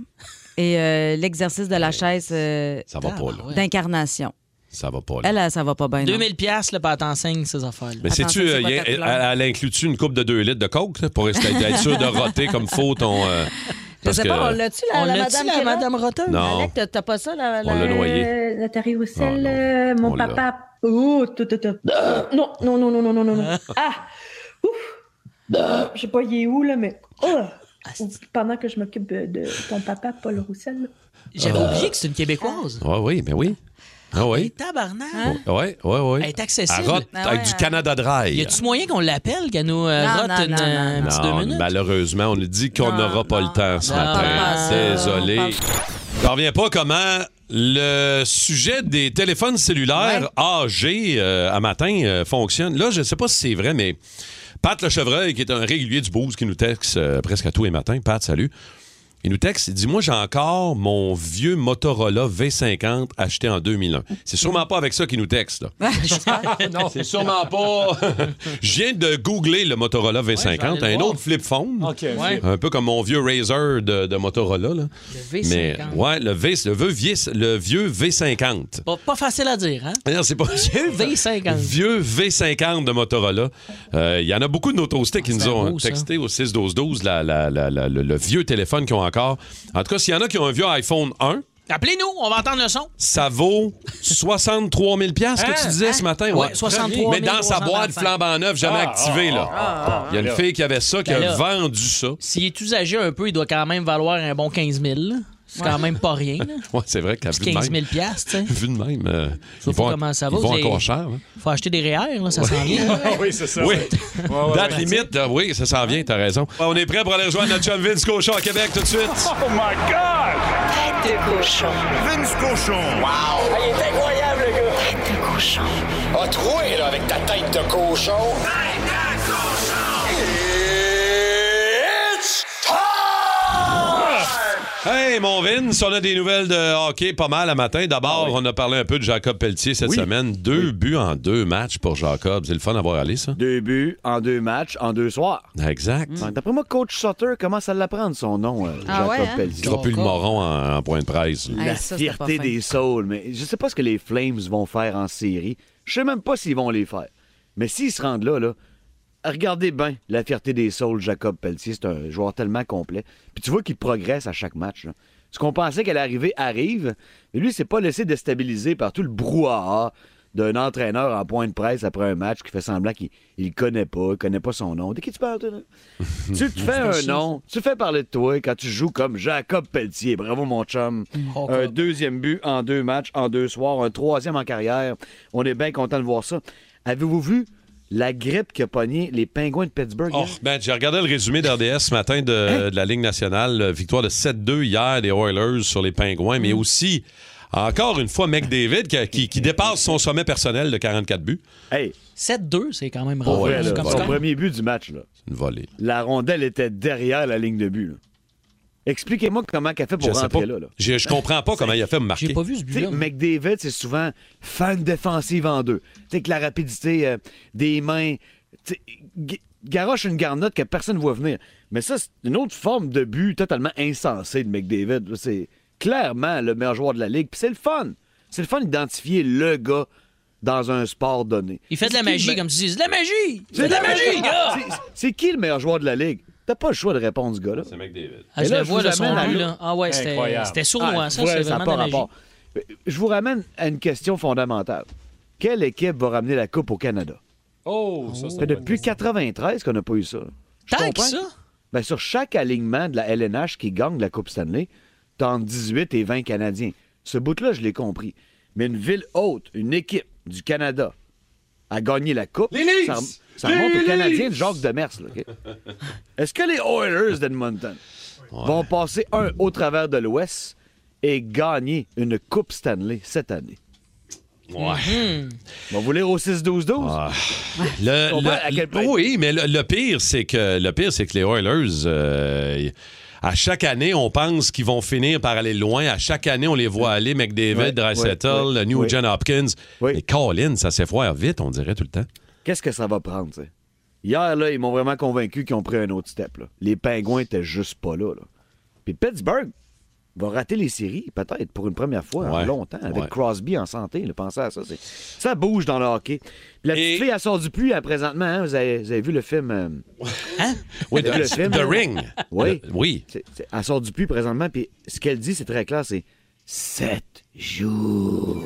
Speaker 5: Et euh, l'exercice de la chaise euh,
Speaker 3: Ça va pas, là.
Speaker 4: ouais.
Speaker 5: d'incarnation.
Speaker 3: Ça va pas, là.
Speaker 5: Elle, elle, ça va pas bien. non.
Speaker 4: 2000 pièces là, pas t'enseignes ces affaires-là.
Speaker 3: Mais
Speaker 5: Attends,
Speaker 3: sais-tu,
Speaker 5: ça, c'est
Speaker 3: euh,
Speaker 5: quoi
Speaker 3: y
Speaker 5: ta
Speaker 3: a- elle,
Speaker 5: couleur?
Speaker 3: elle inclut-tu une coupe de 2 litres de coke là, pour rester- être sûr de roter comme faut ton. euh,
Speaker 5: Je
Speaker 3: parce
Speaker 5: sais
Speaker 3: que-
Speaker 5: pas, on l'a-tu, la,
Speaker 4: On
Speaker 5: la
Speaker 4: l'a
Speaker 5: madame?
Speaker 4: dit, la
Speaker 5: qui est là?
Speaker 4: Madame Rotten?
Speaker 3: Non,
Speaker 5: Alec, t'as- t'as pas ça, la, la-
Speaker 3: on l'a noyé.
Speaker 2: Euh, Nathalie Roussel,
Speaker 3: Ah, non.
Speaker 2: euh, mon
Speaker 3: On l'a.
Speaker 2: papa. Oh, tout, tout, tout. Ah, Non, non, non, non, non, non, non, non. Ah, ouf. Ah, Je sais pas, il est où, là, mais. Ah. Pendant que je m'occupe euh, de ton papa, Paul Roussel. là.
Speaker 4: J'avais oublié que c'est une Québécoise.
Speaker 3: Euh, Ouais, oui, mais oui. Ah
Speaker 4: Et
Speaker 3: oui.
Speaker 4: tabarnak!
Speaker 3: Ouais, ouais, ouais.
Speaker 4: Elle est accessible. hein.
Speaker 3: Elle rote
Speaker 5: Ah ouais,
Speaker 3: avec du
Speaker 5: elle-
Speaker 3: Canada Dry.
Speaker 4: Y a-tu moyen qu'on l'appelle, qu'elle nous euh,
Speaker 5: Non,
Speaker 4: rote
Speaker 5: non,
Speaker 4: une,
Speaker 5: non,
Speaker 4: euh, un petit deux
Speaker 3: Non,
Speaker 4: minutes?
Speaker 3: malheureusement, on nous dit qu'on
Speaker 5: Non,
Speaker 3: n'aura pas
Speaker 5: non,
Speaker 3: le temps ce
Speaker 4: non,
Speaker 3: matin.
Speaker 4: on pense-
Speaker 3: Désolé.
Speaker 5: on pense-
Speaker 3: J'en reviens pas comment le sujet des téléphones cellulaires âgés euh, à matin euh, fonctionne. Là, je sais pas si c'est vrai, mais Pat Le Chevreuil, qui est un régulier du Boost, qui nous texte euh, presque à tous les matins. Pat, salut. Il nous texte, il dit Moi, j'ai encore mon vieux Motorola V50 acheté en 2001. C'est sûrement pas avec ça qu'il nous texte. là. C'est sûrement pas. Je viens de googler le Motorola
Speaker 4: j'en ai
Speaker 3: V50,
Speaker 4: le
Speaker 3: un
Speaker 4: voir.
Speaker 3: autre flip phone.
Speaker 6: OK.
Speaker 4: Ouais.
Speaker 3: Un peu comme mon vieux Razer de, de Motorola. Là.
Speaker 4: Le
Speaker 3: Mais
Speaker 4: V50.
Speaker 3: ouais, le, v, le, vieux, vieux- le vieux V50.
Speaker 4: Pas, pas facile à dire, hein?
Speaker 3: Non, c'est pas.
Speaker 4: Vieux V50.
Speaker 3: Vieux V50 de Motorola. Euh, Il y en a beaucoup de nos toastés qui
Speaker 4: Ah,
Speaker 3: nous
Speaker 4: c'est
Speaker 3: ont
Speaker 4: beau, ça.
Speaker 3: texté au 6-12-12 la- la- la- la- le, le vieux téléphone qu'ils ont encore. En tout cas, s'il y en a qui ont un vieux iPhone 1,
Speaker 4: Appelez-nous, on va entendre le son.
Speaker 3: ça vaut 63 000 piastres que tu disais ce matin.
Speaker 4: Ouais,
Speaker 3: Hein? ouais.
Speaker 4: 63
Speaker 3: Mais dans sa boîte
Speaker 4: 325.
Speaker 3: flambant neuve, jamais
Speaker 6: Ah,
Speaker 3: activée,
Speaker 6: ah,
Speaker 3: là. Il y a une
Speaker 6: ah,
Speaker 3: fille qui avait ça, qui
Speaker 4: Ben
Speaker 3: a
Speaker 4: là.
Speaker 3: vendu ça.
Speaker 4: S'il est usagé un peu, il doit quand même valoir un bon 15 000. là. C'est quand même pas rien. là.
Speaker 3: Ouais, c'est vrai qu'à vu de
Speaker 4: 15
Speaker 3: même.
Speaker 4: 000 piastres, tu sais.
Speaker 3: Vu de même, euh,
Speaker 4: sais
Speaker 3: ils
Speaker 4: pas
Speaker 3: vont,
Speaker 4: comment ça
Speaker 3: ils
Speaker 4: va,
Speaker 3: vont
Speaker 4: vous avez-
Speaker 3: encore cher. hein.
Speaker 4: Faut acheter des REER, là, ça s'en vient.
Speaker 6: Ah oui, c'est ça.
Speaker 3: Oui,
Speaker 6: Ouais, ouais,
Speaker 3: date
Speaker 6: ouais.
Speaker 3: limite, là, oui, ça s'en vient, t'as raison. On est prêt pour aller rejoindre notre chum Vince Cochon à Québec tout de suite.
Speaker 6: Oh my God!
Speaker 7: Tête de cochon.
Speaker 8: Vince Cochon.
Speaker 7: Ah, il est incroyable, le gars. Tête de cochon. A troué, là, avec ta tête de cochon. Tête de cochon! It's time!
Speaker 3: Hey, mon Vince, on a des nouvelles de hockey pas mal à matin. D'abord, on a parlé un peu de Jacob Pelletier cette semaine. Deux buts en deux matchs pour Jacob. C'est le fun d'avoir allé, ça.
Speaker 8: Deux buts en deux matchs, en deux soirs.
Speaker 3: Exact.
Speaker 8: Donc, D'après moi, Coach Sutter commence à l'apprendre, son nom, euh,
Speaker 5: Ah
Speaker 8: Jacob
Speaker 5: ouais, hein?
Speaker 3: Il
Speaker 8: Pelletier.
Speaker 3: ne plus le moron en, en point de presse. là.
Speaker 8: La
Speaker 5: Hey, ça, c'était pas
Speaker 8: fierté
Speaker 5: fin.
Speaker 8: des Souls, mais je sais pas ce que les Flames vont faire en série. Je sais même pas s'ils vont les faire. Mais s'ils se rendent là, là, regardez bien la fierté des Souls, Jacob Pelletier. C'est un joueur tellement complet. Puis tu vois qu'il progresse à chaque match. là. Ce qu'on pensait qu'elle arriver arrive, mais lui, il s'est pas laissé déstabiliser par tout le brouhaha d'un entraîneur en point de presse après un match qui fait semblant qu'il il le connaît pas, il connaît pas son nom. De qui tu parles, toi, là? tu te fais un nom, tu fais parler de toi quand tu joues comme Jacob Pelletier. Bravo, mon chum. Un deuxième but en deux matchs, en deux soirs, un troisième en carrière. On est bien content de voir ça. Avez-vous vu la grippe qui a pogné les pingouins de Pittsburgh?
Speaker 3: Oh,
Speaker 8: hier?
Speaker 3: ben, j'ai regardé le résumé d'RDS ce matin de,
Speaker 8: Hein?
Speaker 3: de la Ligue nationale. Euh, Victoire de 7-2 hier des Oilers sur les Pingouins,
Speaker 8: Mm.
Speaker 3: mais aussi, encore une fois, McDavid qui, qui, qui dépasse son sommet personnel de 44 buts.
Speaker 8: Hey,
Speaker 4: 7-2, c'est quand même
Speaker 8: pour
Speaker 4: rare.
Speaker 8: vrai,
Speaker 4: là,
Speaker 8: là,
Speaker 4: comme
Speaker 8: son
Speaker 4: score.
Speaker 8: premier but du match, là,
Speaker 3: Une volée.
Speaker 8: la rondelle était derrière la ligne de but. là. Expliquez-moi comment elle fait pour
Speaker 3: je sais pas.
Speaker 8: rentrer là. là.
Speaker 3: Je, je comprends pas comment il a fait me
Speaker 4: J'ai
Speaker 3: marquer.
Speaker 4: pas vu ce
Speaker 8: Tu sais,
Speaker 4: but-là. moi.
Speaker 8: McDavid, c'est souvent fan défensive en deux. Tu sais, que la rapidité euh, des mains. tu sais, g- Garoche une garnotte que personne ne voit venir. Mais ça, c'est une autre forme de but totalement insensé de McDavid. Là, C'est clairement le meilleur joueur de la ligue. Puis c'est le fun. C'est le fun d'identifier le gars dans un sport donné.
Speaker 4: Il fait de la
Speaker 8: C'est qui ben le
Speaker 4: magie,
Speaker 8: me-
Speaker 4: comme tu dis. C'est de la magie! C'est de la magie, le gars!
Speaker 8: C'est- C'est qui le meilleur joueur de la ligue? T'as pas le choix de répondre, ce gars-là.
Speaker 3: C'est McDavid.
Speaker 4: Ah,
Speaker 8: Et
Speaker 4: je
Speaker 8: là,
Speaker 4: le
Speaker 8: je
Speaker 4: vois,
Speaker 8: vous
Speaker 4: le son
Speaker 8: amène à
Speaker 4: but,
Speaker 8: l'autre.
Speaker 4: là. Ah ouais, c'était
Speaker 6: Incroyable.
Speaker 4: c'était sournois,
Speaker 8: Ah,
Speaker 4: ça.
Speaker 8: ouais,
Speaker 4: C'est
Speaker 8: ça a
Speaker 4: vraiment
Speaker 8: pas
Speaker 4: de la magie.
Speaker 8: rapport. Je vous ramène à une question fondamentale. Quelle équipe va ramener la Coupe au Canada?
Speaker 3: Oh, ça,
Speaker 8: fait depuis 93 qu'on n'a pas eu ça. Je
Speaker 4: Tant que
Speaker 8: comprends.
Speaker 4: ça.
Speaker 8: Ben, sur chaque alignement de la LNH qui gagne la Coupe Stanley, t'as entre 18 et 20 Canadiens. Ce bout-là, je l'ai compris. Mais une ville haute, une équipe du Canada, a gagné la Coupe.
Speaker 3: Les Leafs!
Speaker 8: Ça, rem- ça
Speaker 3: Les
Speaker 8: remonte aux
Speaker 3: Leafs!
Speaker 8: Canadiens de Jacques Demers. là, OK? Est-ce que les Oilers d'Edmonton vont passer un au travers de l'Ouest et gagner une Coupe Stanley cette année?
Speaker 3: Ouais.
Speaker 8: On va vous lire au 6-12-12?
Speaker 3: Le-
Speaker 8: comprends
Speaker 3: le-
Speaker 8: à quel point-
Speaker 3: Oui, mais le, le pire, c'est que le pire, c'est que les Oilers. euh, y- à chaque année, on pense qu'ils vont finir par aller loin. À chaque année, on les voit aller, McDavid,
Speaker 8: Mm. Ouais,
Speaker 3: Dreisaitl,
Speaker 8: ouais, ouais,
Speaker 3: New
Speaker 8: ouais.
Speaker 3: John Hopkins.
Speaker 8: Oui.
Speaker 3: Mais Colin, ça s'effroire vite, on dirait tout le temps.
Speaker 8: Qu'est-ce que ça va prendre, tu sais? Hier, là, ils m'ont vraiment convaincu qu'ils ont pris un autre step. là. Les pingouins étaient juste pas là. là. Puis Pittsburgh va rater les séries, peut-être, pour une première fois en
Speaker 3: Ouais.
Speaker 8: longtemps, avec
Speaker 3: Ouais.
Speaker 8: Crosby en santé. Là, pensez à ça. c'est- Ça bouge dans le hockey. Puis la petite
Speaker 3: Et-
Speaker 8: fille, elle sort du puits, à présentement. hein. vous, avez, vous avez vu le film... euh,
Speaker 3: Oui,
Speaker 8: Le
Speaker 3: The,
Speaker 8: film,
Speaker 3: The
Speaker 8: là.
Speaker 3: Ring.
Speaker 8: Oui.
Speaker 3: Le- oui.
Speaker 8: c'est- c'est- elle sort du puits présentement, puis ce qu'elle dit, c'est très clair, c'est... Sept jours.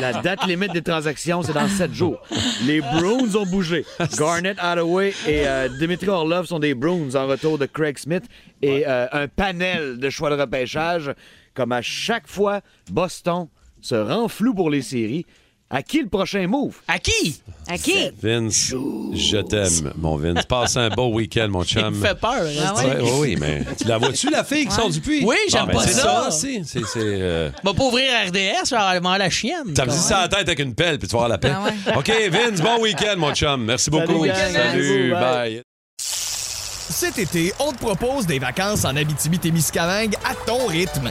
Speaker 8: La date limite des transactions, c'est dans sept jours. Les Bruins ont bougé. Garnett Hathaway et euh, Dimitri Orlov sont des Bruins en retour de Craig Smith et euh, un panel de choix de repêchage. Comme à chaque fois, Boston se rend flou pour les séries. À qui le prochain move?
Speaker 4: À qui?
Speaker 5: À qui?
Speaker 3: Vince, je t'aime, mon Vince. Passe un beau week-end, mon
Speaker 4: Il
Speaker 3: chum.
Speaker 4: me fait peur. hein.
Speaker 5: Ah ouais?
Speaker 3: Ouais, oui, oui, mais tu la vois-tu, la fille qui sort du puits?
Speaker 4: Oui, j'aime
Speaker 3: Ah, ben,
Speaker 4: pas
Speaker 3: c'est
Speaker 4: ça.
Speaker 3: c'est- c'est- c'est, euh,
Speaker 4: Va pas ouvrir RDS, genre, elle va la chienne.
Speaker 3: Ça me dit ça à la tête avec une pelle, puis tu vas avoir la
Speaker 5: Ah
Speaker 3: peine. OK, Vince, bon week-end, mon chum. Merci beaucoup.
Speaker 8: gang. Merci, bye.
Speaker 3: bye.
Speaker 9: Cet été, on te propose des vacances en Abitibi-Témiscamingue à ton rythme.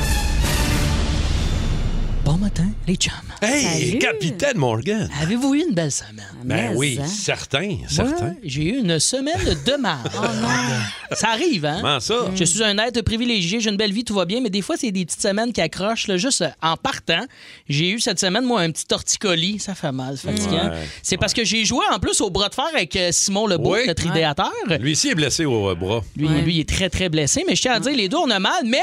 Speaker 4: Bon matin, les chums.
Speaker 3: Hey,
Speaker 5: Salut.
Speaker 3: Capitaine Morgan.
Speaker 4: Avez-vous eu une belle semaine?
Speaker 3: Ben
Speaker 5: Mais,
Speaker 3: oui,
Speaker 5: hein?
Speaker 3: certain,
Speaker 4: Moi,
Speaker 3: certain.
Speaker 4: j'ai eu une semaine de marde. Ça arrive, hein?
Speaker 3: Comment ça?
Speaker 4: Je suis un être privilégié, j'ai une belle vie, tout va bien, mais des fois, c'est des petites semaines qui accrochent. là, juste euh, en partant, j'ai eu cette semaine, moi, un petit torticolis. Ça fait mal, c'est fatigant.
Speaker 3: Ouais,
Speaker 4: c'est parce que j'ai joué en plus au bras de fer avec euh, Simon Lebeau,
Speaker 3: Oui.
Speaker 4: notre idéateur.
Speaker 3: Lui ici est blessé au euh, bras.
Speaker 4: Lui, lui, il est très, très blessé, mais je tiens à dire, les deux, on a mal, mais.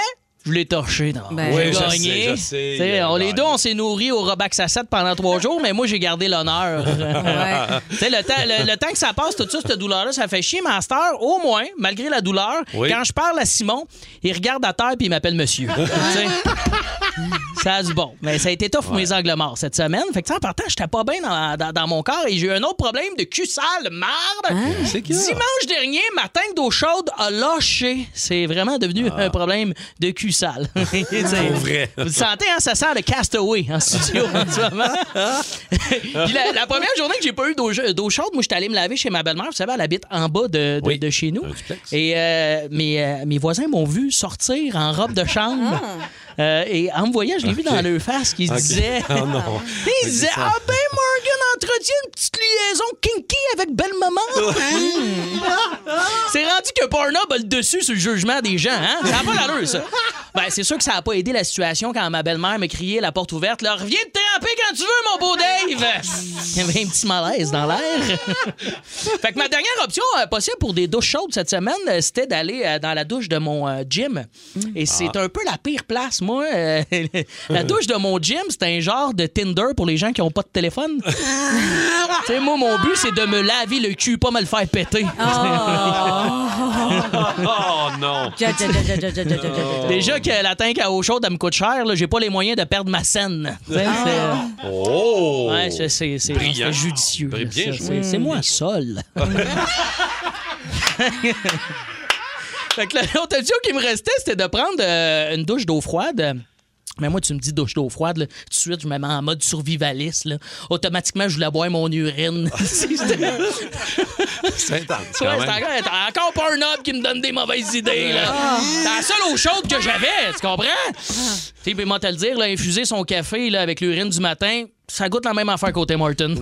Speaker 4: Je l'ai torché. non.
Speaker 5: Ben,
Speaker 4: j'ai
Speaker 3: Oui, je
Speaker 4: gagné.
Speaker 3: sais, je sais,
Speaker 4: T'sais,
Speaker 3: il a
Speaker 4: on, les
Speaker 3: gagné.
Speaker 4: deux, on s'est nourris au Robac Sassat pendant trois jours, mais moi, j'ai gardé l'honneur.
Speaker 5: Ouais.
Speaker 4: Tu sais, le temps, le, le temps que ça passe, tout ça, cette douleur-là, ça fait chier, mais à cette heure, au moins, malgré la douleur,
Speaker 3: Oui.
Speaker 4: quand je parle à Simon, il regarde à terre puis il m'appelle monsieur. Tu sais. ça a du bon. Mais ça a été tough pour mes angles morts cette semaine. Fait que, tu sais, en partant, j'étais pas bien dans, dans- dans mon corps et j'ai eu un autre problème de cul sale, marde.
Speaker 3: C'est qui? ça?
Speaker 4: Dimanche dernier, ma tank d'eau chaude a lâché. C'est vraiment devenu un problème de cul sale. C'est
Speaker 3: Ah. vrai.
Speaker 4: Vous le sentez, hein, ça sent le castaway en studio en ce moment. Puis la, la première journée que j'ai pas eu d'eau d'eau chaude, moi, j'étais allé me laver chez ma belle-mère. Vous savez, elle habite en bas de, de-
Speaker 3: Oui.
Speaker 4: de chez nous.
Speaker 3: Un duplex.
Speaker 4: Et euh, mes, euh, mes voisins m'ont vu sortir en robe de chambre. Euh, et en me voyant, je l'ai vu dans leur face qui se
Speaker 3: Ok.
Speaker 4: disait.
Speaker 3: Oh non.
Speaker 4: Il disait Ah ben Morgan entretient une petite liaison kinky avec hein? belle maman. c'est rendu que Pornhub a le dessus sur le jugement des gens, hein? Ça n'a pas l'allure, ça. Ben, c'est sûr que ça n'a pas aidé la situation quand ma belle-mère me criait la porte ouverte. Là, reviens te tremper quand tu veux, mon beau Dave! Il y avait un petit malaise dans l'air. fait que ma dernière option euh, possible pour des douches chaudes cette semaine, euh, c'était d'aller euh, dans la douche de mon euh, gym. Et c'est un peu la pire place, moi. Euh, la douche de mon gym, c'est un genre de Tinder pour les gens qui n'ont pas de téléphone. tu sais, moi, mon but, c'est de me laver le cul, pas me le faire péter. Ah.
Speaker 3: Oh non.
Speaker 5: Ja, ja, ja, ja, ja, ja, ja, ja, ja, ja.
Speaker 4: Déjà que la tank à eau chaude, elle me coûte cher, là, j'ai pas les moyens de perdre ma scène. Tu sais, c'est- euh,
Speaker 3: Oh.
Speaker 4: Ouais, c'est- c'est c'est-
Speaker 3: Brillant.
Speaker 4: c'est judicieux. là,
Speaker 3: Bien
Speaker 4: ça.
Speaker 3: joué.
Speaker 4: C'est- C'est moi seul. fait que l'autre option qui me restait, c'était de prendre euh, une douche d'eau froide. Mais moi, tu me dis douche d'eau froide, là, tout de suite, je me mets en mode survivaliste. là. Automatiquement, je voulais boire mon urine.
Speaker 3: C'est intense,
Speaker 4: Ouais,
Speaker 3: quand
Speaker 4: c'est
Speaker 3: même.
Speaker 4: encore, t'as encore pas un homme qui me donne des mauvaises idées. là.
Speaker 3: Ah.
Speaker 4: C'est la seule eau chaude que j'avais, tu comprends? Tu sais, puis moi, te le dire, là, infuser son café là, avec l'urine du matin, ça goûte la même affaire côté Martin.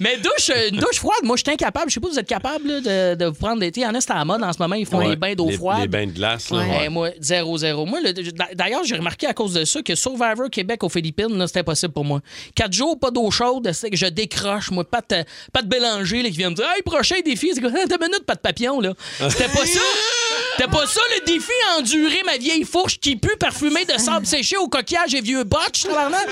Speaker 4: Mais douche, euh, une douche froide, moi, je suis incapable. Je sais pas si vous êtes capable là, de, de vous prendre des... Tu sais, Il y en a, c'est à la mode en ce moment, ils font
Speaker 3: Ouais,
Speaker 4: les bains d'eau
Speaker 3: les-
Speaker 4: froide.
Speaker 3: Les bains de glace, là.
Speaker 4: Ouais,
Speaker 3: ouais.
Speaker 4: Ben, moi, 0-0. Moi, le- d'ailleurs, j'ai remarqué à cause de ça que Survivor Québec aux Philippines, là, c'était impossible pour moi. Quatre jours, pas d'eau chaude, c'est que je décroche. Moi, pas de, pas de Bélanger là, qui vient me dire Hey, prochain défi, c'est quoi Ah, Deux minutes, pas de papillon, là. C'était pas ça. C'était pas ça le défi endurer ma vieille fourche qui pue parfumée de sable séché au coquillage et vieux euh, botch, tabarnak.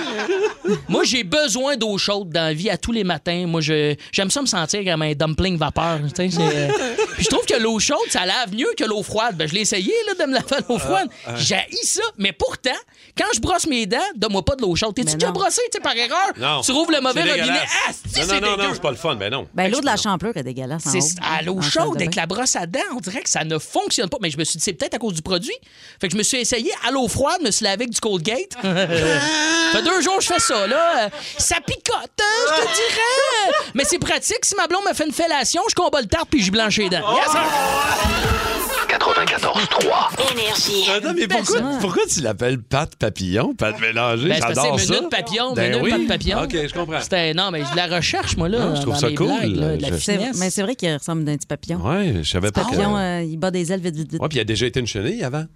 Speaker 4: Moi, j'ai besoin d'eau chaude dans la vie à tous les matins. Moi, je- j'aime ça me sentir comme un dumpling vapeur. tu sais, c'est- euh, Puis je trouve que l'eau chaude, ça lave mieux que l'eau froide. Ben, je l'ai essayé là, de me laver à
Speaker 3: Ah,
Speaker 4: l'eau froide. J'haïs ça. Mais pourtant, quand je brosse mes dents, donne-moi pas de l'eau chaude. T'es-tu déjà brossé tu sais, par erreur?
Speaker 3: Non.
Speaker 4: Tu rouvres le mauvais
Speaker 3: C'est
Speaker 4: robinet.
Speaker 3: dégueulasse.
Speaker 4: Ah, si,
Speaker 3: Non,
Speaker 4: c'est
Speaker 3: non, non, non,
Speaker 4: dégueu.
Speaker 3: c'est pas le fun, ben non.
Speaker 5: Ben, l'eau de la champleur est dégueulasse. en
Speaker 4: C'est
Speaker 5: haut.
Speaker 4: à l'eau
Speaker 5: En salle
Speaker 4: chaude
Speaker 5: de
Speaker 4: avec
Speaker 5: bain.
Speaker 4: la brosse à dents, on dirait que ça ne fonctionne pas. Mais je me suis dit, c'est peut-être à cause du produit. Fait que je me suis essayé à l'eau froide, me suis lavé avec du Colgate. fait deux jours que je fais ça, là. Euh, Ça picote, hein, je te dirais. Mais c'est pratique. Si ma blonde me fait une fellation, je combat le tarte puis je blanche les dents. Yes, sir.
Speaker 7: 94-3.
Speaker 1: Énergie.
Speaker 3: Attends, Ah, mais pourquoi, pourquoi tu l'appelles Pat Papillon, Pat Mélanger?
Speaker 4: Ben, c'est parce que
Speaker 3: J'adore
Speaker 4: c'est
Speaker 3: ça.
Speaker 4: Minute Papillon,
Speaker 3: Ben
Speaker 4: Minute
Speaker 3: oui.
Speaker 4: Pat Papillon.
Speaker 3: OK, je comprends.
Speaker 4: C'était, non, mais de la recherche, moi, là.
Speaker 3: Non, je trouve
Speaker 4: dans
Speaker 3: ça
Speaker 4: mes
Speaker 3: cool,
Speaker 4: blagues, là, de
Speaker 3: là,
Speaker 4: la
Speaker 3: je-
Speaker 5: C'est-
Speaker 4: finesse.
Speaker 5: Mais c'est vrai qu'il ressemble d'un petit papillon.
Speaker 3: Ouais, je savais pas. que-
Speaker 5: Papillon, euh, il bat des ailes vite, vite, vite.
Speaker 3: Ouais, puis il a déjà été une chenille avant.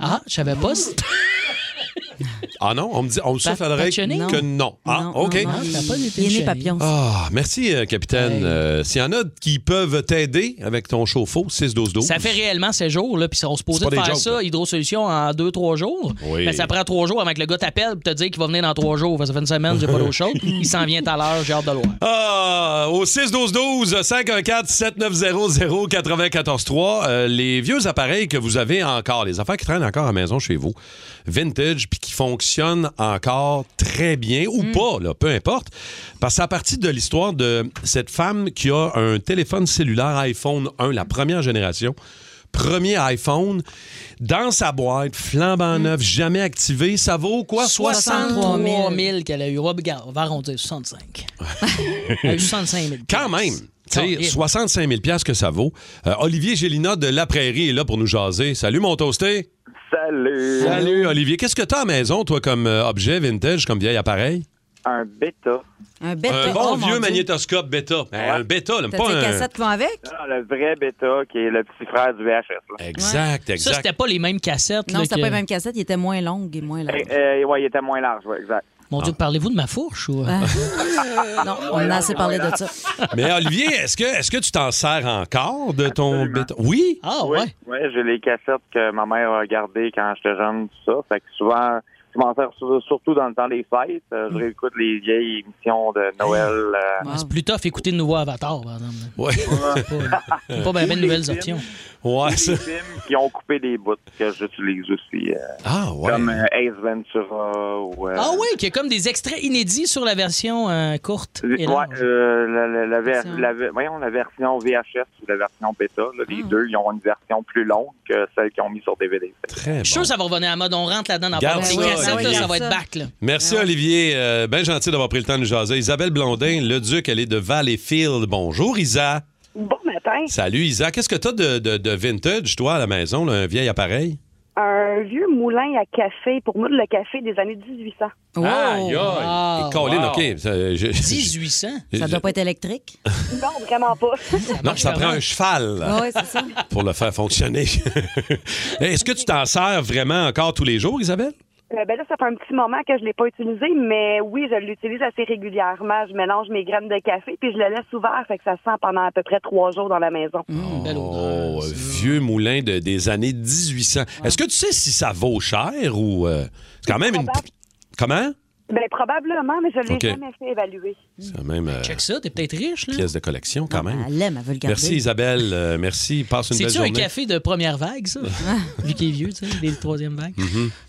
Speaker 4: Ah, je savais pas. si-
Speaker 3: Ah non, on me dit, on me souffle
Speaker 4: Pat-
Speaker 3: à l'oreille
Speaker 4: Pat Chenille?
Speaker 3: que non. Ah,
Speaker 5: Non,
Speaker 3: OK.
Speaker 5: non, non,
Speaker 4: ça a pas
Speaker 5: il,
Speaker 4: été
Speaker 5: il est né
Speaker 4: chéri.
Speaker 5: papillon. ça.
Speaker 3: Ah, merci, euh, capitaine.
Speaker 4: Hey.
Speaker 3: Euh, S'il y en a qui peuvent t'aider avec ton chauffe-eau, 6-12-12.
Speaker 4: Ça fait réellement ces jours, là, puis on se
Speaker 3: C'est
Speaker 4: posait
Speaker 3: pas
Speaker 4: de
Speaker 3: des
Speaker 4: faire
Speaker 3: jokes,
Speaker 4: ça,
Speaker 3: là.
Speaker 4: hydrosolution, en deux, trois jours.
Speaker 3: Oui.
Speaker 4: Mais ça prend trois jours avant que le gars t'appelle pour te dire qu'il va venir dans trois jours. Ça fait une semaine, j'ai pas d'eau chaude. Il s'en vient à l'heure, j'ai hâte de le voir.
Speaker 3: Ah, au 6-12-12, 514-7900-943, euh, les vieux appareils que vous avez encore, les affaires qui traînent encore à la maison chez vous, vintage, puis qui fonctionnent encore très bien, ou pas, là, peu importe, parce que c'est à partir de l'histoire de cette femme qui a un téléphone cellulaire iPhone 1, la première génération, premier iPhone, dans sa boîte, flambant neuf, jamais activé, ça vaut quoi?
Speaker 5: 63 000.
Speaker 4: 63 000 qu'elle a eu. Ouais, regarde, on va arrondir 65. Elle a eu 65 000.
Speaker 3: Quand même. Tu sais,
Speaker 4: Caliste.
Speaker 3: 65 000 piastres que ça vaut. Euh, Olivier Gélina de La Prairie est là pour nous jaser. Salut, mon toasté.
Speaker 10: Salut.
Speaker 3: Salut, Olivier. Qu'est-ce que t'as à la maison, toi, comme euh, objet vintage, comme vieil appareil?
Speaker 10: Un bêta.
Speaker 5: Un bête
Speaker 3: un bon vieux magnétoscope bêta. Ben, Un bêta, là,
Speaker 5: Oh, T'as
Speaker 3: pas
Speaker 5: des
Speaker 3: un...
Speaker 5: cassettes qui vont avec?
Speaker 10: Non, le vrai bêta qui est le petit frère du VHS. là.
Speaker 3: Exact, exact.
Speaker 4: Ça, c'était pas les mêmes cassettes.
Speaker 5: Non,
Speaker 4: là,
Speaker 5: c'était
Speaker 4: que-
Speaker 5: pas les mêmes cassettes, il était moins longue et moins long.
Speaker 10: Eh, eh, ouais, il était moins large, ouais, exact.
Speaker 4: Mon
Speaker 3: Ah.
Speaker 4: Dieu, parlez-vous de ma fourche ou. euh,
Speaker 5: non, on a assez parlé de ça.
Speaker 3: Mais Olivier, est-ce que, est-ce que tu t'en sers encore de ton
Speaker 10: Absolument.
Speaker 3: bêta? Oui?
Speaker 4: Ah, ouais.
Speaker 10: Ouais, j'ai les cassettes que ma mère a gardées quand j'étais jeune, tout ça. Fait que souvent, je m'en sers sur- surtout dans le temps des fêtes. Euh,
Speaker 4: Mm.
Speaker 10: Je réécoute les vieilles émissions de Noël. euh,
Speaker 5: Wow.
Speaker 4: C'est plus tough écouter de nouveau Avatar, par exemple.
Speaker 3: Ouais.
Speaker 4: C'est Pas, c'est pas bien, bien de nouvelles options.
Speaker 3: ouais ça-
Speaker 10: les films qui ont coupé des bouts que j'utilise aussi, euh,
Speaker 3: Ah, ouais.
Speaker 10: comme euh, Ace Ventura ou... euh,
Speaker 4: Ah, ouais, qu'il y a comme des extraits inédits sur la version euh, courte. et
Speaker 10: Ouais,
Speaker 4: large.
Speaker 10: euh, la, la, la, ver-
Speaker 5: Version.
Speaker 10: la ver- voyons, la version VHS ou la version bêta, là, les deux, ils ont une version plus longue que celle qu'ils ont mis sur DVD.
Speaker 3: Très
Speaker 4: Je suis
Speaker 3: Eh bon.
Speaker 4: sûr que ça va revenir à la mode. On rentre là-dedans dans
Speaker 3: Garde
Speaker 4: les
Speaker 3: ça,
Speaker 4: cassettes,
Speaker 3: Olivier.
Speaker 4: là, ça va être back. Là.
Speaker 5: Ah.
Speaker 3: Merci, Olivier. Euh, ben gentil d'avoir pris le temps de nous jaser. Isabelle Blondin, le duc, elle est de Valleyfield. Bonjour, Isa.
Speaker 11: Bon matin.
Speaker 3: Salut Isa, qu'est-ce que t'as de, de, de vintage, toi, à la maison, là, un vieil appareil?
Speaker 11: Un vieux moulin à café, pour moi, le café des années 1800.
Speaker 5: Wow!
Speaker 3: Aïe, aïe.
Speaker 4: Oh! Wow.
Speaker 3: Et Colin,
Speaker 6: Wow.
Speaker 3: OK. Ça, je-
Speaker 4: 1800.
Speaker 5: Ça doit pas être électrique.
Speaker 11: Non, vraiment pas.
Speaker 3: Non, ça
Speaker 4: marche Ah
Speaker 3: prend
Speaker 4: comment?
Speaker 3: un cheval là,
Speaker 5: oui, c'est ça.
Speaker 3: pour le faire fonctionner. Est-ce que tu t'en sers vraiment encore tous les jours, Isabelle?
Speaker 11: Euh, ben là, ça fait un petit moment que je l'ai pas utilisé, mais oui, je l'utilise assez régulièrement. Je mélange mes graines de café, puis je le laisse ouvert, fait que ça sent pendant à peu près trois jours dans la maison.
Speaker 4: Belle odeur,
Speaker 3: Oh,
Speaker 4: ça.
Speaker 3: vieux moulin de- des années 1800. Est-ce que tu sais si ça vaut cher ou... euh, c'est quand même une...
Speaker 11: Probable.
Speaker 4: Mm.
Speaker 3: Comment?
Speaker 11: Ben probablement, mais je l'ai
Speaker 3: Ok.
Speaker 11: jamais fait évaluer.
Speaker 3: C'est quand même euh,
Speaker 4: Check ça, Ah, t'es peut-être riche, là.
Speaker 3: pièce de collection quand même.
Speaker 5: Elle l'aime, elle veut le garder.
Speaker 3: Merci Isabelle, euh, merci. Passe une belle
Speaker 4: C'est-tu un
Speaker 3: journée.
Speaker 4: café de première vague, ça?
Speaker 3: Hmm. Mm-hmm.
Speaker 4: Vu qu'il est vieux, tu sais, des troisième vague.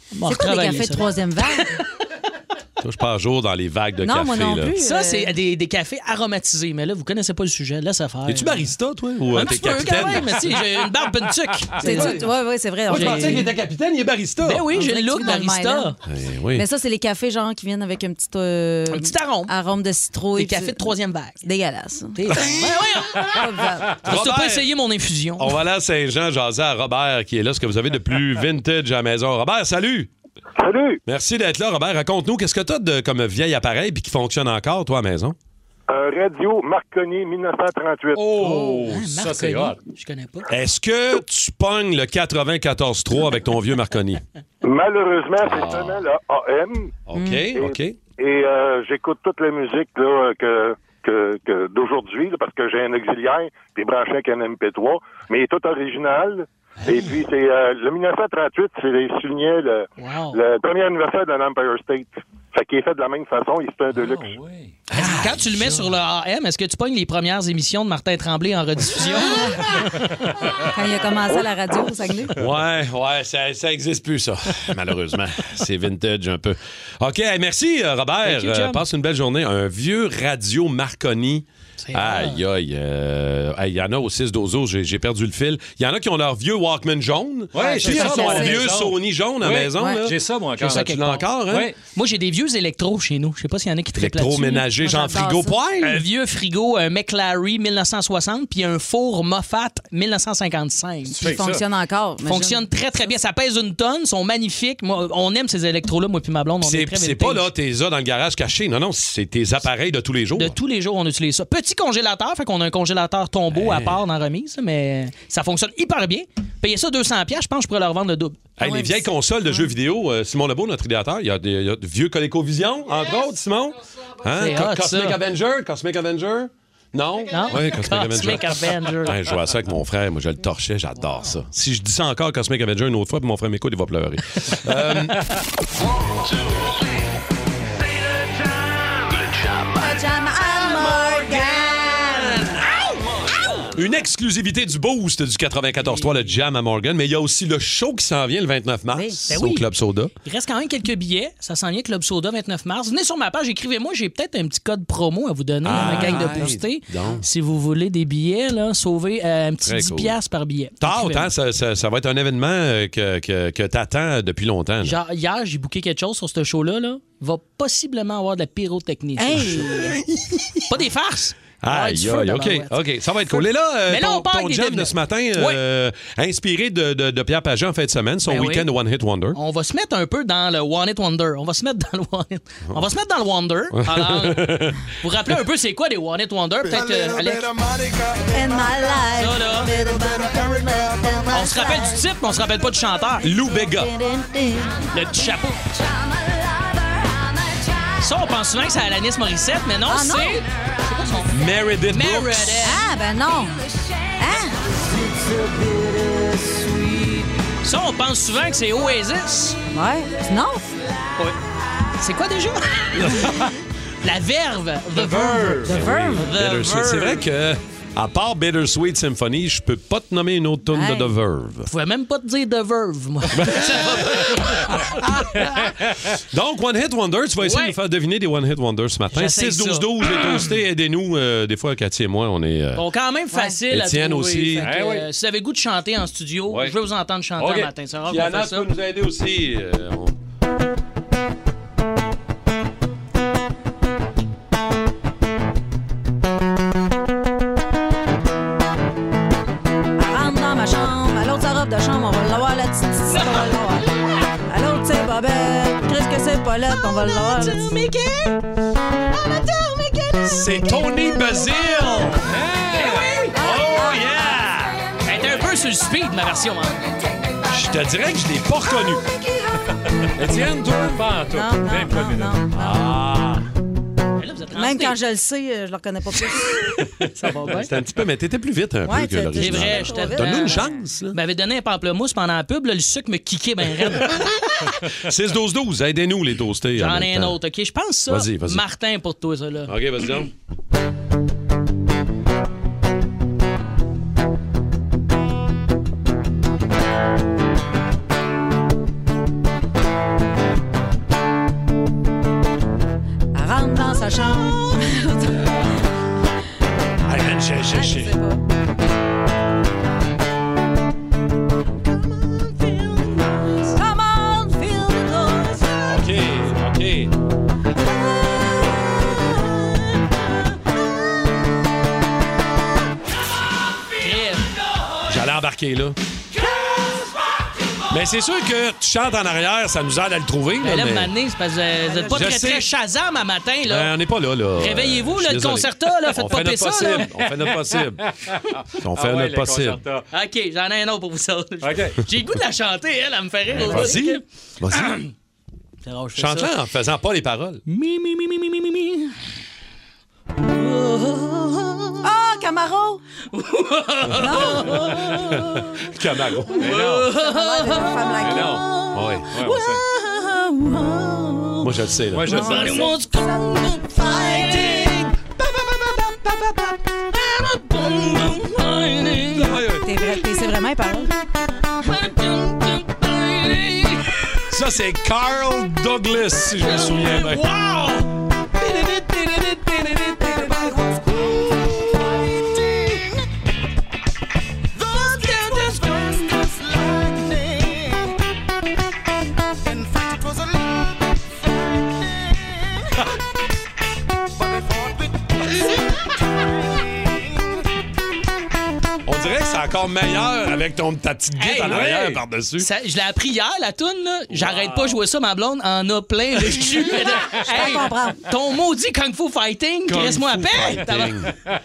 Speaker 5: C'est quoi des cafés de troisième vague?
Speaker 3: Toi, je pars jour dans les vagues de café. là.
Speaker 4: Ça,
Speaker 5: euh,
Speaker 4: c'est des, des cafés aromatisés. Mais là, vous connaissez pas le sujet. Ah Là, ça fait.
Speaker 3: Es-tu barista, toi, ou, euh,
Speaker 4: Un
Speaker 3: t'es
Speaker 4: petit peu,
Speaker 3: capitaine?
Speaker 4: quand même. mais si, j'ai une barbe de tuc.
Speaker 5: C'est
Speaker 4: vrai.
Speaker 5: du- ouais, ouais, c'est vrai.
Speaker 4: Moi, je
Speaker 5: J'ai-
Speaker 4: pensais qu'il était
Speaker 12: capitaine, il est barista.
Speaker 4: Ben oui,
Speaker 5: On
Speaker 4: j'ai
Speaker 5: dirait
Speaker 4: le
Speaker 5: que
Speaker 4: look
Speaker 5: tu vis dans le
Speaker 4: barista.
Speaker 3: Eh oui.
Speaker 5: Mais ça, c'est les cafés, genre, qui viennent avec un petit... un petit
Speaker 4: arôme.
Speaker 5: Arôme de citrouille.
Speaker 4: Des cafés de troisième vague.
Speaker 5: Dégueulasse.
Speaker 4: Parce que t'as pas
Speaker 3: Robert. Oh
Speaker 4: essayé mon infusion.
Speaker 3: On va aller à Saint-Jean jaser à Robert qui est là, ce que vous avez de plus vintage à la maison. Robert, salut!
Speaker 10: Salut!
Speaker 3: Merci d'être là, Robert. Raconte-nous, qu'est-ce que t'as de comme vieil appareil puis qui fonctionne encore, toi, à la maison?
Speaker 13: Euh, radio Marconi 1938.
Speaker 3: Oh,
Speaker 4: ça c'est hot. Je connais pas.
Speaker 3: Est-ce que tu pognes le 94-3 avec ton vieux Marconi?
Speaker 13: Malheureusement, c'est seulement le AM.
Speaker 3: OK,
Speaker 13: Et-
Speaker 3: OK.
Speaker 13: Et euh, j'écoute toute la musique là, que, que, que d'aujourd'hui, là, parce que j'ai un auxiliaire, puis branché avec un MP3, mais il est tout original. Et puis, c'est euh, le 1938, c'est les soulignait le, le premier anniversaire de l'Empire State. Fait qu'il est fait de la même façon, il fait un deluxe.
Speaker 4: Ah, Quand tu le mets sur le AM, est-ce que tu pognes les premières émissions de Martin Tremblay en rediffusion?
Speaker 5: Quand il a commencé à la radio au Saguenay.
Speaker 3: Ouais, ouais, ça, ça existe plus, ça. Malheureusement. c'est vintage un peu. OK, hey, merci, euh, Robert.
Speaker 4: Thank you, chum.
Speaker 3: Euh, passe une belle journée. Un vieux radio Marconi. Aïe, aïe. euh, hey, Il y en a au 6 d'Ozo, j'ai j'ai perdu le fil. Il y en a qui ont leur vieux Walkman jaune.
Speaker 12: Ouais,
Speaker 3: Puis
Speaker 12: j'ai ça,
Speaker 3: ils ont
Speaker 12: moi,
Speaker 3: un
Speaker 12: à la
Speaker 3: vieux
Speaker 12: maison.
Speaker 3: Sony jaune à la
Speaker 12: Ouais,
Speaker 3: maison.
Speaker 12: ouais,
Speaker 3: là.
Speaker 12: j'ai ça, moi,
Speaker 3: Ah, tu l'as encore, hein?
Speaker 4: Moi, j'ai des vieux électros chez nous. Je sais pas s'il y en a qui trippent là-dessus.
Speaker 3: Électroménager,
Speaker 4: Moi,
Speaker 3: genre
Speaker 4: j'adore
Speaker 3: frigo
Speaker 4: ça.
Speaker 3: poêle?
Speaker 4: Un vieux frigo, un McLary 1960, puis un four Moffat 1955.
Speaker 5: Qui fonctionne encore.
Speaker 4: Ils
Speaker 5: imagine.
Speaker 4: fonctionnent très, très bien. Ça pèse une tonne, sont magnifiques. Moi, on aime ces électros-là, moi puis ma blonde.
Speaker 3: Puis
Speaker 4: on est
Speaker 3: C'est
Speaker 4: très
Speaker 3: c'est
Speaker 4: vintage.
Speaker 3: pas là, t'es là dans le garage caché. Non, non, c'est tes appareils de tous les jours.
Speaker 4: De tous les jours, on utilise ça. Petit congélateur, fait qu'on a un congélateur tombeau à part dans la remise, mais ça fonctionne hyper bien. Payez ça 200$, piastres, je pense que je pourrais leur vendre le double.
Speaker 5: Ah
Speaker 3: Hey, les vieilles consoles de jeux vidéo, euh, Simon Lebeau, notre idéateur, il y a des il y a de vieux ColecoVision, entre autres, Simon. Hein?
Speaker 4: C'est
Speaker 3: Co-
Speaker 4: hot,
Speaker 3: Cosmic
Speaker 4: ça.
Speaker 3: Avenger, Cosmic Avenger. Non?
Speaker 4: Non.
Speaker 3: Oui, Cosmic
Speaker 4: Cosmic
Speaker 3: Avenger.
Speaker 4: Avenger.
Speaker 3: Ouais, je jouais à ça avec mon frère, moi je le torchais, j'adore ça. Si je dis ça encore, Cosmic Avenger, une autre fois, puis mon frère m'écoute, il va pleurer. Euh, Une exclusivité du Boost du 94.3, le Jam à Morgan, mais il y a aussi le show qui s'en vient le 29 mars
Speaker 4: Ben
Speaker 3: au
Speaker 4: oui.
Speaker 3: Club Soda.
Speaker 4: Il reste quand même quelques billets. Ça s'en vient Club Soda 29 mars. Venez sur ma page, écrivez-moi. J'ai peut-être un petit code promo à vous donner à ma gang de
Speaker 3: Ah,
Speaker 4: boostés.
Speaker 3: donc.
Speaker 4: Si vous voulez des billets, là, sauvez euh, un petit
Speaker 3: Très
Speaker 4: 10$
Speaker 3: cool.
Speaker 4: piastres par billet.
Speaker 3: Tard,
Speaker 4: Écrivez-moi.
Speaker 3: hein, ça, ça- ça va être un événement euh, que, que, que t'attends depuis longtemps. là.
Speaker 4: Genre, hier, j'ai booké quelque chose sur ce show-là. Là. Il va possiblement avoir de la pyrotechnie. sur le
Speaker 5: Hey!
Speaker 4: show. Pas des farces! Ouais,
Speaker 3: Aïe,
Speaker 4: Ah, du feu,
Speaker 3: aïe, Ah, OK,
Speaker 4: tabarouette.
Speaker 3: OK, ça va être cool. Et là, euh,
Speaker 4: Mais là, on
Speaker 3: ton,
Speaker 4: parle
Speaker 3: ton
Speaker 4: des
Speaker 3: jam de
Speaker 4: devinettes.
Speaker 3: ce matin, euh, inspiré de, de- de Pierre Paget en fin de semaine, son
Speaker 4: Ben oui.
Speaker 3: week-end One Hit Wonder.
Speaker 4: On va se mettre un peu dans le One It Wonder. On va se mettre dans le One It. On va se mettre dans le Wonder. Alors, vous rappelez un peu c'est quoi des One It Wonder? Peut-être que Alex- On se rappelle du titre, mais on se rappelle pas du chanteur.
Speaker 3: Lou Bega.
Speaker 4: Le petit chapeau. Ça, on pense souvent que c'est Alanis Morissette, mais non,
Speaker 5: Ah, non.
Speaker 4: c'est.
Speaker 3: Meredith Brooks.
Speaker 5: Ah, ben non.
Speaker 4: Ça, on pense souvent que c'est Oasis.
Speaker 5: Ouais. Non.
Speaker 4: Oui. C'est quoi déjà? La verve. The, verve.
Speaker 3: Ben oui, Bittersweet. C'est vrai que, à part Bittersweet Symphony, je peux pas te nommer une autre tune de
Speaker 4: Hey.
Speaker 3: The Verve.
Speaker 4: Je pouvais même pas te dire The Verve, moi.
Speaker 3: Donc, One Hit Wonder, tu vas essayer de nous faire deviner des One Hit Wonder ce matin.
Speaker 4: J'essaie ça.
Speaker 3: 6-12-12, les toastés, aidez-nous. euh, des fois, Cathy et moi, on est... euh,
Speaker 4: Bon, quand même facile à
Speaker 3: Étienne
Speaker 4: trouver.
Speaker 3: aussi.
Speaker 4: Fait que,
Speaker 3: Eh oui.
Speaker 4: euh, Si vous avez goût de chanter en studio, je veux vous entendre chanter
Speaker 3: OK.
Speaker 4: un matin. C'est rare
Speaker 3: Puis
Speaker 4: qu'on
Speaker 3: Anna,
Speaker 4: fait ça.
Speaker 3: tu peux nous aider aussi. euh, on-
Speaker 5: Rentre dans ma chambre, à l'autre sa robe de chambre, on va l'avoir la petite tisse, on va l'avoir. À l'autre c'est Bobette, Chris que c'est Paulette, on va l'avoir. la petite-
Speaker 3: C'est Tony Bazil!
Speaker 4: Eh
Speaker 3: Oh yeah!
Speaker 4: Elle était un peu sur le speed, ma version. hein.
Speaker 3: Je te dirais que je l'ai pas reconnu. Étienne, toi? Pas en tout.
Speaker 5: Non, non,
Speaker 3: Même pas
Speaker 5: non,
Speaker 3: minute.
Speaker 5: non, non.
Speaker 3: Ah!
Speaker 5: Même quand je le sais, euh, je le reconnais pas plus.
Speaker 4: Ça va bien?
Speaker 3: C'était un petit peu, mais t'étais plus vite un
Speaker 5: Ouais,
Speaker 3: peu que
Speaker 5: t'as-
Speaker 4: C'est
Speaker 3: l'original.
Speaker 4: vrai, je t'avais.
Speaker 3: Donne-nous une chance.
Speaker 4: Vous m'avez donné un pamplemousse pendant la pub, là, le sucre me kickait bien raide.
Speaker 3: 6-12-12, aidez-nous les toastés. en
Speaker 4: J'en
Speaker 3: même
Speaker 4: ai un
Speaker 3: temps.
Speaker 4: autre, OK? Je pense ça.
Speaker 3: Vas-y, vas-y.
Speaker 4: Martin pour toi, ça, là.
Speaker 3: OK, vas-y donc.
Speaker 5: chambre.
Speaker 7: Martin
Speaker 3: Ah, man, j'ai- j'ai- j'ai-
Speaker 5: Come on, feel the noise.
Speaker 3: OK, OK. Ah. J'allais embarquer là. Mais c'est sûr que tu chantes en arrière, ça nous aide à le trouver.
Speaker 4: Ben
Speaker 3: là,
Speaker 4: là,
Speaker 3: mais-
Speaker 4: mané, c'est parce que euh, vous êtes pas
Speaker 3: Je
Speaker 4: très,
Speaker 3: sais.
Speaker 4: très Shazam à matin, là.
Speaker 3: Ben, on n'est pas là, là.
Speaker 4: Réveillez-vous,
Speaker 3: Je
Speaker 4: là,
Speaker 3: suis
Speaker 4: le
Speaker 3: désolé.
Speaker 4: concerta, là, faites
Speaker 3: On
Speaker 4: pas
Speaker 3: fait notre
Speaker 4: ça,
Speaker 3: possible.
Speaker 4: là.
Speaker 3: On fait notre possible. On fait
Speaker 4: Ah ouais,
Speaker 3: notre
Speaker 4: le
Speaker 3: possible.
Speaker 4: concerta. OK, j'en ai un autre pour vous autres. J'ai le goût de la chanter, elle, elle me fait rire. au bout.
Speaker 3: Ben, Vas-y. Vas-y.
Speaker 4: C'est rare, je fais ça.
Speaker 3: Chante-la en faisant pas les paroles.
Speaker 4: Mi, mi, mi, mi, mi, mi, mi, mi.
Speaker 5: Ah, Camaro!
Speaker 3: Camaro. Mais non. Mais
Speaker 4: Ah
Speaker 3: non. Ouais. ouais, on sait. Moi, je le sais. Là.
Speaker 7: Moi, je le sais.
Speaker 3: Everybody wants
Speaker 4: wants fighting.
Speaker 5: T'es vrai- t'es- c'est vraiment parole.
Speaker 3: Ça, c'est Carl Douglas, si je me souviens bien. On dirait que c'est encore meilleur avec ton, ta petite guitare
Speaker 4: Hey,
Speaker 3: en arrière
Speaker 4: ouais.
Speaker 3: par-dessus.
Speaker 4: Ça, je l'ai appris hier, la toune, là. J'arrête pas de jouer ça, ma blonde en a plein le cul.
Speaker 7: peux comprendre.
Speaker 4: ton maudit Kung Fu Fighting,
Speaker 7: Kung
Speaker 4: laisse-moi à
Speaker 7: Fu
Speaker 4: peine.
Speaker 7: Fighting.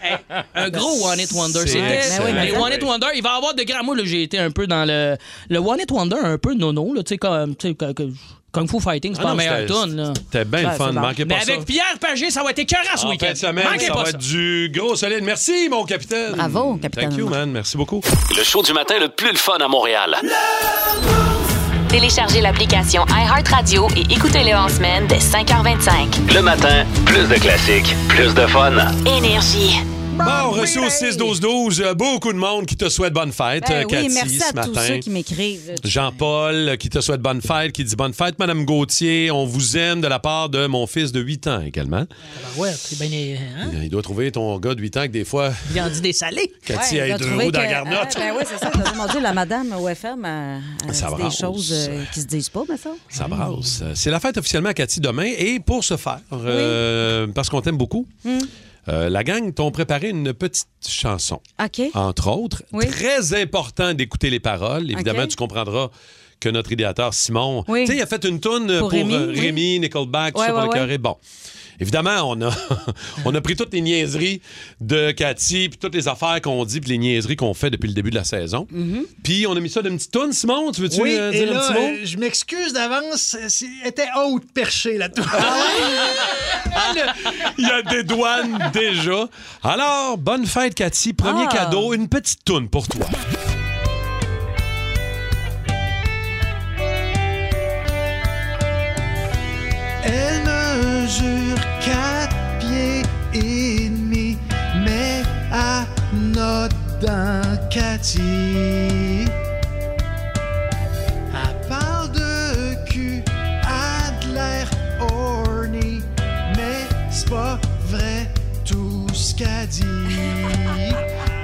Speaker 4: Hey, un gros One It Wonder.
Speaker 7: C'est
Speaker 4: C'était
Speaker 7: excellent. Ben oui,
Speaker 4: les
Speaker 7: mais-
Speaker 4: One It Wonder. Il va y avoir de grands mots. là, J'ai été un peu dans le, le One It Wonder, un peu nono. Là, tu sais, comme, tu sais, que- que- Kung Fu Fighting, c'est
Speaker 3: Ah
Speaker 4: pas
Speaker 3: non,
Speaker 4: la meilleure
Speaker 3: c'était-
Speaker 4: toune. là.
Speaker 3: c'était bien le
Speaker 4: Ouais,
Speaker 3: fun,
Speaker 4: c'est bon.
Speaker 3: manquez pas
Speaker 4: Mais
Speaker 3: ça.
Speaker 4: avec Pierre Pagé, ça va être écœurant ce
Speaker 3: En
Speaker 4: week-end.
Speaker 3: fin de semaine,
Speaker 4: Manquez
Speaker 3: ça
Speaker 4: pas
Speaker 3: va
Speaker 4: ça.
Speaker 3: être du gros solide. Merci, mon capitaine.
Speaker 5: Bravo, capitaine.
Speaker 3: Thank you, man. Merci beaucoup.
Speaker 12: Le show du matin le plus le fun à Montréal.
Speaker 1: Téléchargez l'application iHeartRadio et écoutez-le en semaine dès 5h25.
Speaker 12: Le matin, plus de classiques, plus de fun.
Speaker 1: Énergie.
Speaker 3: Bon, on reçu au 6-12-12 euh, beaucoup de monde qui te souhaite bonne fête,
Speaker 5: Ben
Speaker 3: euh, Cathy,
Speaker 5: oui, merci
Speaker 3: ce
Speaker 5: à tous
Speaker 3: matin.
Speaker 5: ceux qui m'écrivent.
Speaker 3: Jean-Paul euh, qui te souhaite bonne fête, qui dit bonne fête, Madame Gauthier. On vous aime de la part de mon fils de 8 ans également.
Speaker 4: Ah Ouais, c'est bien. hein?
Speaker 3: Il doit trouver ton gars de 8 ans que des fois,
Speaker 4: Il en dit des salés.
Speaker 3: Cathy
Speaker 5: Ouais,
Speaker 3: a
Speaker 5: il
Speaker 3: eu
Speaker 5: a
Speaker 3: deux
Speaker 5: trouvé
Speaker 3: roues dans
Speaker 5: que-
Speaker 3: la garnotte.
Speaker 5: Ah, ben oui, c'est ça. T'as demandé, la madame au FM, elle, elle
Speaker 3: Ça
Speaker 5: dit des
Speaker 3: brasse.
Speaker 5: choses euh, qui se disent pas, mais ça.
Speaker 3: Ça brasse. C'est la fête officiellement à Cathy demain. Et pour ce faire, euh, parce qu'on t'aime beaucoup,
Speaker 5: Hmm.
Speaker 3: euh, la gang t'ont préparé une petite chanson.
Speaker 5: OK.
Speaker 3: Entre autres, très important d'écouter les paroles. Évidemment,
Speaker 5: OK.
Speaker 3: tu comprendras que notre idéateur Simon,
Speaker 5: Oui.
Speaker 3: tu sais, il a fait une toune pour,
Speaker 5: Pour Rémi,
Speaker 3: euh,
Speaker 5: oui.
Speaker 3: Rémi, Nickelback, tout
Speaker 5: Ouais,
Speaker 3: ça pour
Speaker 5: ouais,
Speaker 3: le
Speaker 5: ouais.
Speaker 3: carré. Bon. Évidemment, on a, on a pris toutes les niaiseries de Cathy, puis toutes les affaires qu'on dit, puis les niaiseries qu'on fait depuis le début de la saison.
Speaker 5: Mhm.
Speaker 3: Puis on a mis ça d'une petite toune. Simon, tu veux-tu
Speaker 14: oui,
Speaker 3: euh,
Speaker 14: et
Speaker 3: dire
Speaker 14: là,
Speaker 3: un petit mot?
Speaker 14: euh, je m'excuse d'avance, c'était haute perchée la tour.
Speaker 3: Il y a des douanes déjà. Alors, bonne fête, Cathy. Premier
Speaker 14: Ah.
Speaker 3: cadeau, une petite toune pour toi.
Speaker 14: Elle mesure quatre pieds et demi, mais à notre Cathy. À part de cul, à de l'air horny, mais c'est pas vrai tout ce qu'elle dit.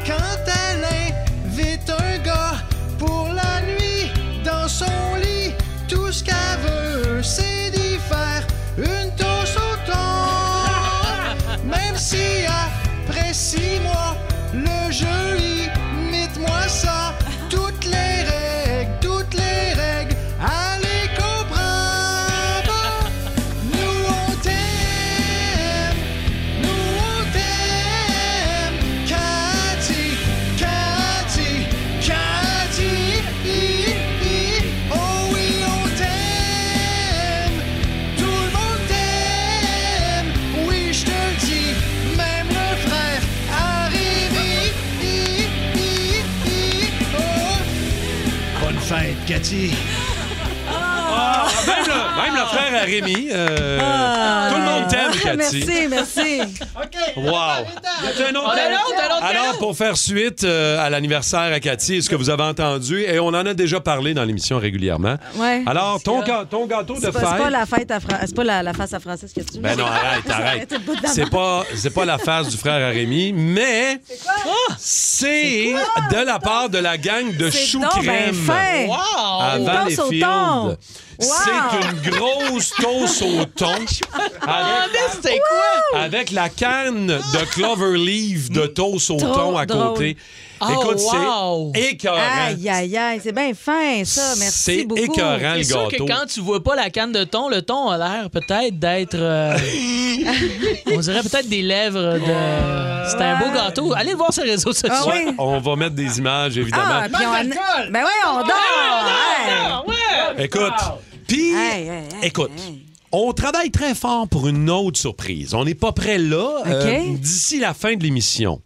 Speaker 14: Quand elle invite un gars pour la nuit dans son lit, tout ce qu'elle veut, c'est d'y faire une touche au thon. Même si après six mois, le jeu imite-moi ça. Toutes les règles, toutes les règles, allez comprendre. Nous on t'aime, nous on t'aime. Cathy, Cathy, Cathy. Oh oui, on t'aime. Tout le monde t'aime, oui je te le dis, même le frère arrive. Bonne fête, Cathy.
Speaker 3: Ah, même, le, Même le frère à Rémi. euh,
Speaker 5: Ah.
Speaker 3: tout le monde t'aime,
Speaker 5: Ah,
Speaker 3: Cathy.
Speaker 5: Merci, merci.
Speaker 3: Wow. Ah, Y a-t-il un autre?
Speaker 5: On a l'autre, un autre, un
Speaker 3: Alors,
Speaker 5: autre.
Speaker 3: pour faire suite euh, à l'anniversaire à Cathy, ce que vous avez entendu, et on en a déjà parlé dans l'émission régulièrement.
Speaker 5: Ouais.
Speaker 3: Alors, ton, ga- ton gâteau de
Speaker 5: C'est pas, c'est
Speaker 3: fête.
Speaker 5: pas la fête à Fra- c'est pas la, la face à Francis que tu
Speaker 3: Ben non, arrête,
Speaker 5: Ça
Speaker 3: arrête.
Speaker 5: arrête le bout de la main.
Speaker 3: C'est pas, c'est pas la face du frère à Rémi, mais
Speaker 5: Ah.
Speaker 3: c'est de la part de la gang de
Speaker 5: C'est
Speaker 3: chou
Speaker 5: donc ben
Speaker 3: crème.
Speaker 5: fin.
Speaker 4: Wow!
Speaker 3: À
Speaker 5: Une toast au
Speaker 3: Valleyfield.
Speaker 5: thon.
Speaker 3: C'est une grosse toast au thon
Speaker 5: Ah,
Speaker 3: avec,
Speaker 4: C'était quoi?
Speaker 3: avec la canne de Cloverleaf de toast au
Speaker 5: Trop
Speaker 3: thon à
Speaker 5: drôle.
Speaker 3: côté.
Speaker 5: Oh,
Speaker 3: Écoute,
Speaker 5: wow.
Speaker 3: c'est écœurant.
Speaker 5: Aïe, aïe, aïe, c'est bien fin, ça. Merci
Speaker 3: C'est
Speaker 5: beaucoup.
Speaker 3: écœurant, le
Speaker 4: C'est sûr que
Speaker 3: gâteau.
Speaker 4: quand tu vois pas la canne de thon, le thon a l'air peut-être d'être. euh, on dirait peut-être des lèvres de. C'était un beau gâteau. Allez le voir sur les réseaux sociaux.
Speaker 5: Ah oui.
Speaker 3: On va mettre des images, évidemment.
Speaker 5: Ah, puis on... Ben ouais, on dort.
Speaker 3: Écoute, puis, écoute, on travaille très fort pour une autre surprise. On n'est pas prêt là. euh, D'ici la fin de l'émission,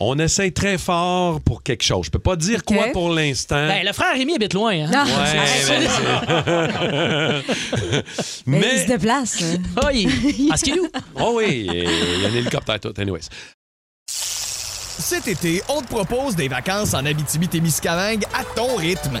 Speaker 3: on essaie très fort pour quelque chose. Je peux pas dire quoi pour l'instant.
Speaker 4: Ben, le frère Rémi habite loin. Hein?
Speaker 3: Hein? Ouais, ben, c'est-
Speaker 5: Mais,
Speaker 3: Mais
Speaker 5: il se déplace. hein.
Speaker 4: Ah, il- parce qu'il est où?
Speaker 3: Oh oui, il y a un hélicoptère tout, anyways.
Speaker 9: Cet été, on te propose des vacances en Abitibi-Témiscamingue à ton rythme.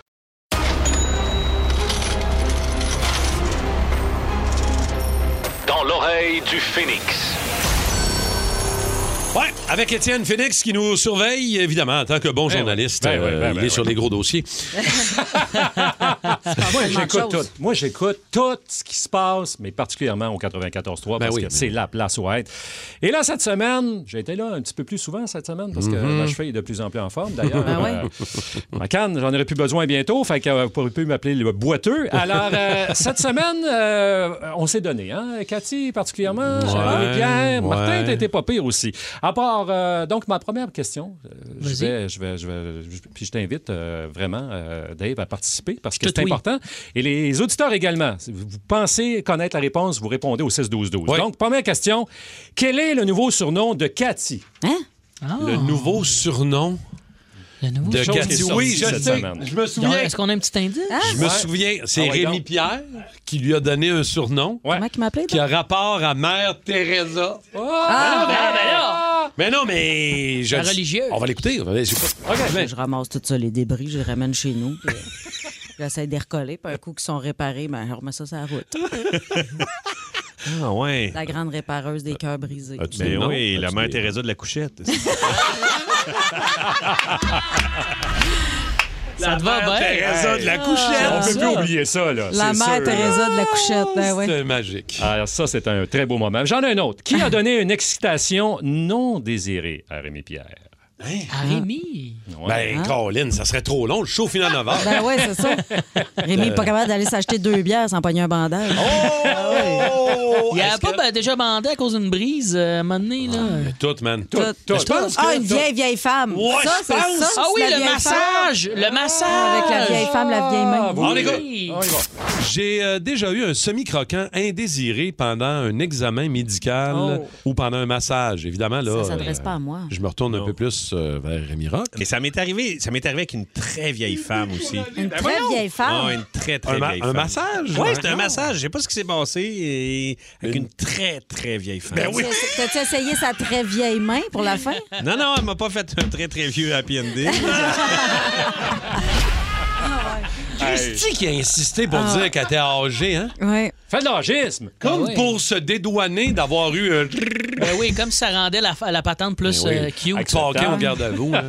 Speaker 12: Dans l'oreille du phénix.
Speaker 3: Ouais, avec Étienne Phoenix qui nous surveille, évidemment, en tant que bon
Speaker 12: Ben
Speaker 3: journaliste.
Speaker 12: oui. Ben
Speaker 3: euh,
Speaker 12: oui, ben
Speaker 3: il
Speaker 12: oui,
Speaker 3: est
Speaker 12: ben
Speaker 3: sur
Speaker 12: oui.
Speaker 3: des gros dossiers.
Speaker 6: Moi,
Speaker 12: tellement de
Speaker 6: j'écoute tout.
Speaker 12: choses.
Speaker 6: Moi, j'écoute tout ce qui se passe, mais particulièrement au 94.3
Speaker 3: Ben
Speaker 6: parce
Speaker 3: oui,
Speaker 6: que
Speaker 3: ben
Speaker 6: c'est la place où être. Et là, cette semaine, j'ai été là un petit peu plus souvent cette semaine parce que
Speaker 3: Mhm.
Speaker 6: ma cheville est de plus en plus en forme. D'ailleurs,
Speaker 5: Ah
Speaker 3: Ben
Speaker 6: euh, ma canne, j'en aurais plus besoin bientôt. Fait que euh, vous pourrez plus m'appeler le boiteux. Alors, euh, cette semaine, euh, on s'est donné. Hein? Cathy, particulièrement,
Speaker 3: Ouais,
Speaker 6: Pierre,
Speaker 3: ouais.
Speaker 6: Martin, t'étais pas pire aussi. À part, euh, donc, ma première question, euh, je vais, je vais, je vais- je- puis je t'invite euh, vraiment, euh, Dave, à participer parce que
Speaker 4: Tout
Speaker 6: c'est
Speaker 4: oui.
Speaker 6: important. Et les auditeurs également, si vous pensez connaître la réponse, vous répondez au 6-12-12.
Speaker 3: Oui.
Speaker 6: Donc, première question, quel est le nouveau surnom de Cathy?
Speaker 3: Le nouveau surnom
Speaker 6: nouveau
Speaker 3: de
Speaker 6: chose qui est
Speaker 3: Cathy.
Speaker 6: sortie
Speaker 3: Oui, je
Speaker 6: cette
Speaker 3: sais.
Speaker 6: semaine.
Speaker 3: Je me souviens.
Speaker 4: Est-ce qu'on a un petit indice?
Speaker 5: Hein?
Speaker 3: Ah, Je me souviens, c'est
Speaker 6: Ah ouais,
Speaker 3: Rémi
Speaker 6: donc.
Speaker 3: Pierre qui lui a donné un surnom.
Speaker 5: Comment il m'appelait?
Speaker 3: Qui a rapport à Mère Teresa.
Speaker 5: Ah,
Speaker 4: ben, ben là!
Speaker 3: Mais non, mais. Je
Speaker 5: La religieuse.
Speaker 3: On va l'écouter. on va aller- j'écoute.
Speaker 5: Je ramasse tout ça, les débris, je les ramène chez nous. puis, euh, J'essaie de les recoller, puis un coup qu'ils sont réparés, ben, je remets ça sur la route.
Speaker 3: Ah,
Speaker 7: Eh.
Speaker 3: ouais.
Speaker 5: La grande répareuse des cœurs brisés.
Speaker 15: Ben oui, la mère Teresa de la couchette.
Speaker 4: Ça te va
Speaker 3: mère
Speaker 4: bien?
Speaker 3: Teresa de la couchette.
Speaker 6: On peut
Speaker 3: Ça.
Speaker 6: plus oublier ça, là.
Speaker 5: Ah, La
Speaker 6: c'est
Speaker 5: mère
Speaker 6: sûr.
Speaker 5: Teresa de la couchette. ben ouais. Ah.
Speaker 3: C'est magique.
Speaker 6: Ah, Alors ça, c'est un très beau moment. J'en ai un autre. Qui a donné une excitation non désirée à Rémi Pierre?
Speaker 4: Ah, Rémi!
Speaker 3: Ben,
Speaker 5: Ah.
Speaker 3: Caroline, ça serait trop long. Le show finit en novembre.
Speaker 5: Ben ouais, c'est ça. Rémi
Speaker 3: Euh.
Speaker 5: n'est pas capable d'aller s'acheter deux bières sans pogner un bandage. Ah
Speaker 4: Il n'y a pas ben, déjà bandé à cause d'une brise euh, à un moment donné, là.
Speaker 3: Ah, Tout, man.
Speaker 6: Tout, tout.
Speaker 3: Je pense
Speaker 5: ah,
Speaker 3: que-
Speaker 5: une vieille, vieille femme.
Speaker 3: Ouais,
Speaker 5: ça,
Speaker 3: je
Speaker 5: c'est
Speaker 3: pense.
Speaker 5: ça.
Speaker 4: Ah oui,
Speaker 5: la
Speaker 4: le
Speaker 5: vieille
Speaker 4: massage! Le
Speaker 5: femme.
Speaker 4: massage!
Speaker 5: Avec la vieille femme, la vieille main.
Speaker 6: Ah,
Speaker 3: On écoute. J'ai euh, déjà eu un semi-croquant indésiré pendant un examen médical
Speaker 6: Oh.
Speaker 3: ou pendant un massage. Évidemment, là.
Speaker 5: Ça s'adresse
Speaker 3: euh,
Speaker 5: pas à moi.
Speaker 3: Je me retourne un peu plus euh, vers Rémi Rock.
Speaker 15: Mais ça m'est arrivé, ça m'est arrivé avec une très vieille femme aussi.
Speaker 5: Une très vieille femme.
Speaker 15: Ah, une très, très
Speaker 3: Un ma-
Speaker 15: vieille
Speaker 3: un
Speaker 15: femme.
Speaker 3: massage?
Speaker 15: Oui, c'était
Speaker 3: Ah.
Speaker 15: un massage. Je sais pas ce qui s'est passé. et- Avec une... très, très vieille femme.
Speaker 3: Ben
Speaker 5: T'as-tu t'as-tu essayé sa très vieille main pour la fin?
Speaker 15: Non, non, elle m'a pas fait un très, très vieux happy ending.
Speaker 6: Ah
Speaker 3: Christy qui a insisté pour
Speaker 5: Ah.
Speaker 3: dire qu'elle était âgée, hein?
Speaker 5: Oui.
Speaker 6: Fais de l'âgisme!
Speaker 3: Comme
Speaker 4: Ah ouais.
Speaker 3: pour se dédouaner d'avoir eu un...
Speaker 4: Ben oui, comme ça rendait la, la patente plus
Speaker 3: Ben oui.
Speaker 4: euh, cute.
Speaker 3: Avec son hockey, on garde à vous. hein.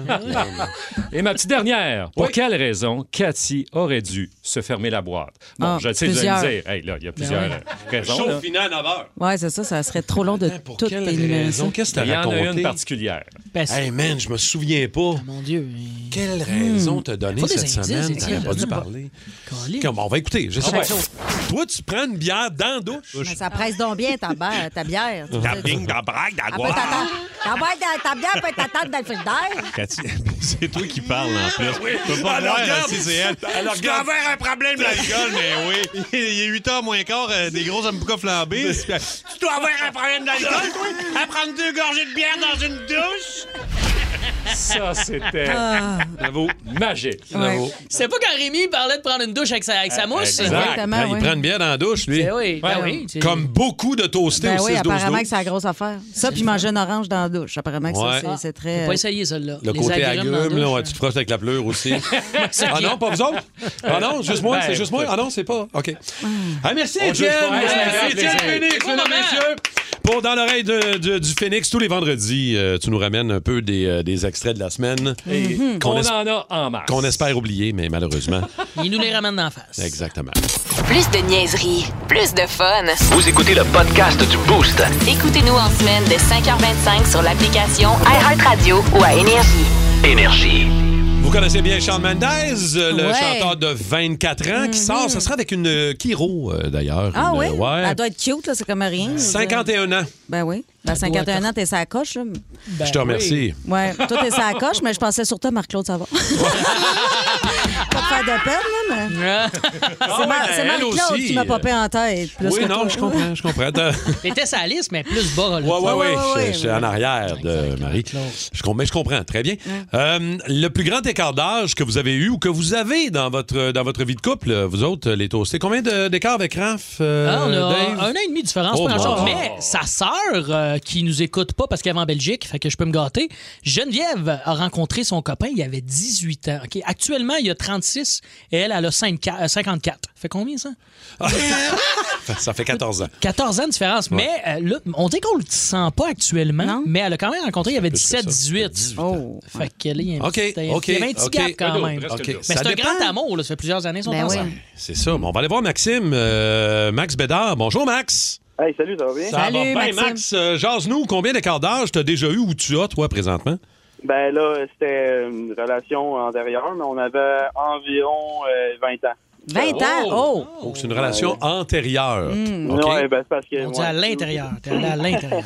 Speaker 6: Et ma petite dernière. Pour quelle raison Cathy aurait dû se fermer la boîte? Bon,
Speaker 5: Ah,
Speaker 6: je le sais, vous allez
Speaker 5: plusieurs. Ben
Speaker 6: me dire. Hey, là, il y a plusieurs
Speaker 5: ouais.
Speaker 6: euh, raisons. là.
Speaker 3: Show finit à 9h.
Speaker 5: Ouais, c'est ça, ça serait trop long de tout
Speaker 3: quelle
Speaker 5: énumérer
Speaker 3: raison?
Speaker 5: ça.
Speaker 3: Qu'est-ce que
Speaker 6: Il y
Speaker 3: t'as
Speaker 6: en a une
Speaker 3: raconté?
Speaker 6: particulière.
Speaker 4: Ben, c'est-
Speaker 3: Hey man, je me souviens pas.
Speaker 4: Mon Dieu.
Speaker 3: Quelle raison t'as donné
Speaker 4: Faut des
Speaker 3: cette
Speaker 4: indices,
Speaker 3: semaine?
Speaker 4: Étienne,
Speaker 3: T'aurais pas
Speaker 4: je
Speaker 3: dû
Speaker 4: sais pas.
Speaker 3: parler.
Speaker 4: Colin.
Speaker 3: Comme, on va écouter, je sais
Speaker 4: Ah
Speaker 3: pas.
Speaker 4: ouais.
Speaker 3: Toi, tu prends une bière dans la douche.
Speaker 5: Mais ça presse donc bien ta, ba- ta bière. Ah, Tu
Speaker 3: Dans
Speaker 5: sais,
Speaker 3: la
Speaker 5: tu-
Speaker 3: bing, dans la braque, dans la
Speaker 5: Elle peut
Speaker 3: goire.
Speaker 5: t'attendre- Ta bière dans- ta bière peut t'attendre dans le frigidaire.
Speaker 15: Cathy, c'est toi qui parles en plus.
Speaker 16: Oui.
Speaker 15: Tu
Speaker 3: Ah,
Speaker 15: peux pas
Speaker 16: Alors,
Speaker 15: voir
Speaker 16: regarde.
Speaker 15: si c'est elle.
Speaker 16: Alors,
Speaker 15: Ah, Tu
Speaker 16: regarde.
Speaker 15: dois avoir un problème d'alcool, mais oui. Il est 8 h moins quart, euh, des gros ambucas flambés.
Speaker 16: Tu dois avoir un problème d'alcool, toi? À prendre deux gorgées de bière dans une douche?
Speaker 6: Ça, c'était
Speaker 4: Ah.
Speaker 6: Bravo. magique.
Speaker 4: C'est pas quand Rémi parlait de prendre une douche avec sa, avec sa mousse.
Speaker 3: Euh, Exact. Il prend une bière dans la douche, lui.
Speaker 4: Ben oui, ben oui, tu-
Speaker 3: Comme beaucoup de toastés
Speaker 5: Ben
Speaker 3: au
Speaker 5: oui,
Speaker 3: 6 12
Speaker 5: apparemment que c'est la grosse affaire. Ça, puis manger une orange dans la douche. Apparemment que ça,
Speaker 3: Ouais.
Speaker 5: c'est- c'est très.
Speaker 4: Faut pas essayer celle-là.
Speaker 3: Le
Speaker 4: Les
Speaker 3: côté
Speaker 4: agrumes dans la
Speaker 3: agrume, là,
Speaker 4: douche.
Speaker 3: ouais, tu te frottes avec la pleure aussi.
Speaker 4: C'est
Speaker 3: ah non,
Speaker 4: clair.
Speaker 3: pas vous autres? Ah non, juste moi,
Speaker 4: Ben,
Speaker 3: c'est juste moi. Ah non, c'est pas. OK. Ah, merci,
Speaker 16: On juge
Speaker 3: Étienne.
Speaker 16: pas, hein, c'est un grand
Speaker 3: Merci, Étienne
Speaker 16: plaisir.
Speaker 3: Phoenix,
Speaker 16: Gros
Speaker 3: mesdames,
Speaker 16: moment.
Speaker 3: messieurs. Pour Dans l'oreille de- de- du Phoenix, tous les vendredis, euh, tu nous ramènes un peu des, euh, des extraits de la semaine Mhm.
Speaker 6: Et
Speaker 3: qu'on
Speaker 6: on
Speaker 3: es-
Speaker 6: en a en masse.
Speaker 3: qu'on espère oublier, mais malheureusement.
Speaker 4: Il nous les ramène d'en face.
Speaker 3: Exactement.
Speaker 1: Plus de niaiserie, plus de fun.
Speaker 12: Vous écoutez le podcast du Boost.
Speaker 1: Écoutez-nous en semaine de 5h25 sur l'application iHeartRadio ou à Énergie.
Speaker 12: Énergie.
Speaker 3: Vous connaissez bien Charles Mendez, euh, le
Speaker 5: Ouais.
Speaker 3: chanteur de 24 ans qui sort. Ça sera avec une euh, Kiro, euh, d'ailleurs.
Speaker 5: Ah
Speaker 3: Une,
Speaker 5: oui?
Speaker 3: euh, ouais.
Speaker 5: Elle doit être cute, là, c'est comme rien.
Speaker 3: 51 ans.
Speaker 5: Ben oui. Ben, 51 ans, t'es sa coche. là.
Speaker 4: Ben,
Speaker 3: Je te remercie.
Speaker 5: Ouais, toi, t'es sa coche, mais je pensais surtout à Marc-Claude Savard. Pas de faire de peine, là, mais.
Speaker 4: ouais,
Speaker 5: c'est Mar-
Speaker 4: mais
Speaker 5: c'est
Speaker 4: elle
Speaker 5: Marc-Claude
Speaker 4: aussi,
Speaker 5: qui m'a
Speaker 4: euh,
Speaker 5: popé en tête. plus
Speaker 3: Oui,
Speaker 5: que
Speaker 3: non,
Speaker 5: toi.
Speaker 3: je comprends, je comprends. T'as-
Speaker 4: T'étais sa liste, mais plus bas. là.
Speaker 3: Ouais, ouais, ouais.
Speaker 4: ouais,
Speaker 3: Je- J'étais en arrière de Marie. Je, com- mais je comprends, très bien. Euh, le plus grand écart d'âge que vous avez eu ou que vous avez dans votre, dans votre vie de couple, vous autres, les toastés, combien de- d'écart avec Raph? euh,
Speaker 4: Ah, on a
Speaker 3: Dave?
Speaker 4: un an et demi de différence,
Speaker 3: Oh,
Speaker 4: pas grand-chose.
Speaker 3: mon Dieu.
Speaker 4: mais sa sœur, euh, qui nous écoute pas parce qu'elle est en Belgique, fait que je peux me gâter, Geneviève a rencontré son copain, il avait 18 ans. OK? Actuellement, il a 36 et elle, elle a 54, euh, 54. Fait combien, ça?
Speaker 3: Ça fait 14 ans.
Speaker 4: 14 ans de différence, mais euh, là, on dit qu'on le sent pas actuellement, mais elle a quand même rencontré, il y avait 17-18.
Speaker 5: Oh,
Speaker 4: Fait que là, il y a un
Speaker 3: OK,
Speaker 4: petit,
Speaker 3: OK,
Speaker 4: il y avait un petit
Speaker 3: OK.
Speaker 4: gap quand
Speaker 3: Un
Speaker 4: même.
Speaker 3: autre, presque
Speaker 4: Mais
Speaker 3: deux.
Speaker 4: c'est
Speaker 3: Ça
Speaker 4: un
Speaker 3: dépend.
Speaker 4: grand amour, là, ça fait plusieurs années qu'ils sont
Speaker 3: Ben oui.
Speaker 4: ensemble.
Speaker 3: C'est ça. Bon, on va aller voir Maxime. euh, Max Bédard. Bonjour, Max.
Speaker 10: Hey, salut, ça va bien?
Speaker 3: Ça va bien, Max. Euh, Jase-nous, combien d'écart d'âge t'as déjà eu ou tu as, toi, présentement?
Speaker 10: Ben là, c'était une relation antérieure, mais on avait environ euh, 20 ans.
Speaker 5: 20 ans, oh!
Speaker 3: Donc, c'est une relation antérieure.
Speaker 10: Mm.
Speaker 3: OK.
Speaker 10: Ouais, ben, c'est parce que.
Speaker 4: On dit à l'intérieur. T'es allé à l'intérieur.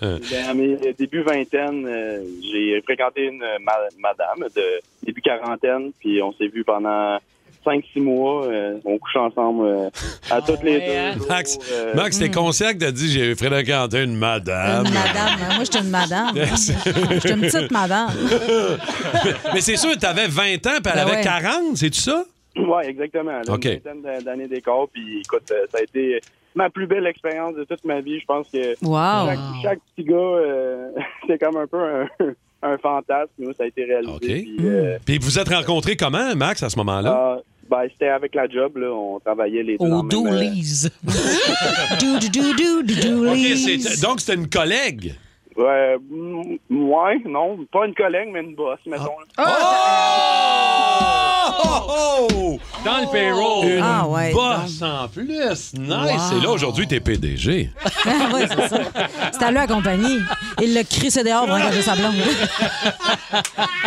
Speaker 10: Ben, à mes débuts vingtaine, euh, j'ai fréquenté une ma- madame de début quarantaine, puis on s'est vu pendant 5-6 mois. euh, on couche ensemble euh, à toutes les deux. jours,
Speaker 3: Max,
Speaker 10: euh,
Speaker 3: Max
Speaker 4: Hmm.
Speaker 3: t'es conscient que t'as dit j'ai fréquenté une madame.
Speaker 5: Une madame. hein. Moi, j'étais une madame.
Speaker 3: Yes.
Speaker 5: J'étais une petite madame.
Speaker 3: Mais c'est sûr, t'avais 20 ans puis elle
Speaker 4: Ben
Speaker 3: avait
Speaker 10: ouais.
Speaker 3: 40, c'est-tu ça?
Speaker 10: Oui, exactement. Là,
Speaker 3: OK.
Speaker 10: Une vingtaine d'a- d'années d'écart. Puis écoute, euh, ça a été ma plus belle expérience de toute ma vie. Je pense que
Speaker 5: Wow.
Speaker 10: chaque, chaque petit gars, euh, c'est comme un peu un, un fantasme. Nous, ça a été réalisé. Puis,
Speaker 4: Hmm.
Speaker 10: euh,
Speaker 3: Puis vous êtes rencontrés comment, Max, à ce moment-là?
Speaker 10: ah, ben, c'était avec la job. Là. On travaillait les deux.
Speaker 3: Au
Speaker 10: en même, euh,
Speaker 4: Doolies.
Speaker 3: OK, c'est- donc c'était une collègue.
Speaker 10: Ouais, mm, ouais, non, pas une collègue, mais une boss, mettons.
Speaker 3: Ah. Oh!
Speaker 6: Dans le payroll.
Speaker 15: Oh!
Speaker 3: Une
Speaker 6: Ah,
Speaker 5: ouais,
Speaker 3: bosse en plus. Nice.
Speaker 5: Wow.
Speaker 3: Et là, aujourd'hui, t'es PDG.
Speaker 5: ouais, c'est ça. C'est à lui accompagné. Il le crie dehors pour engager sa blonde.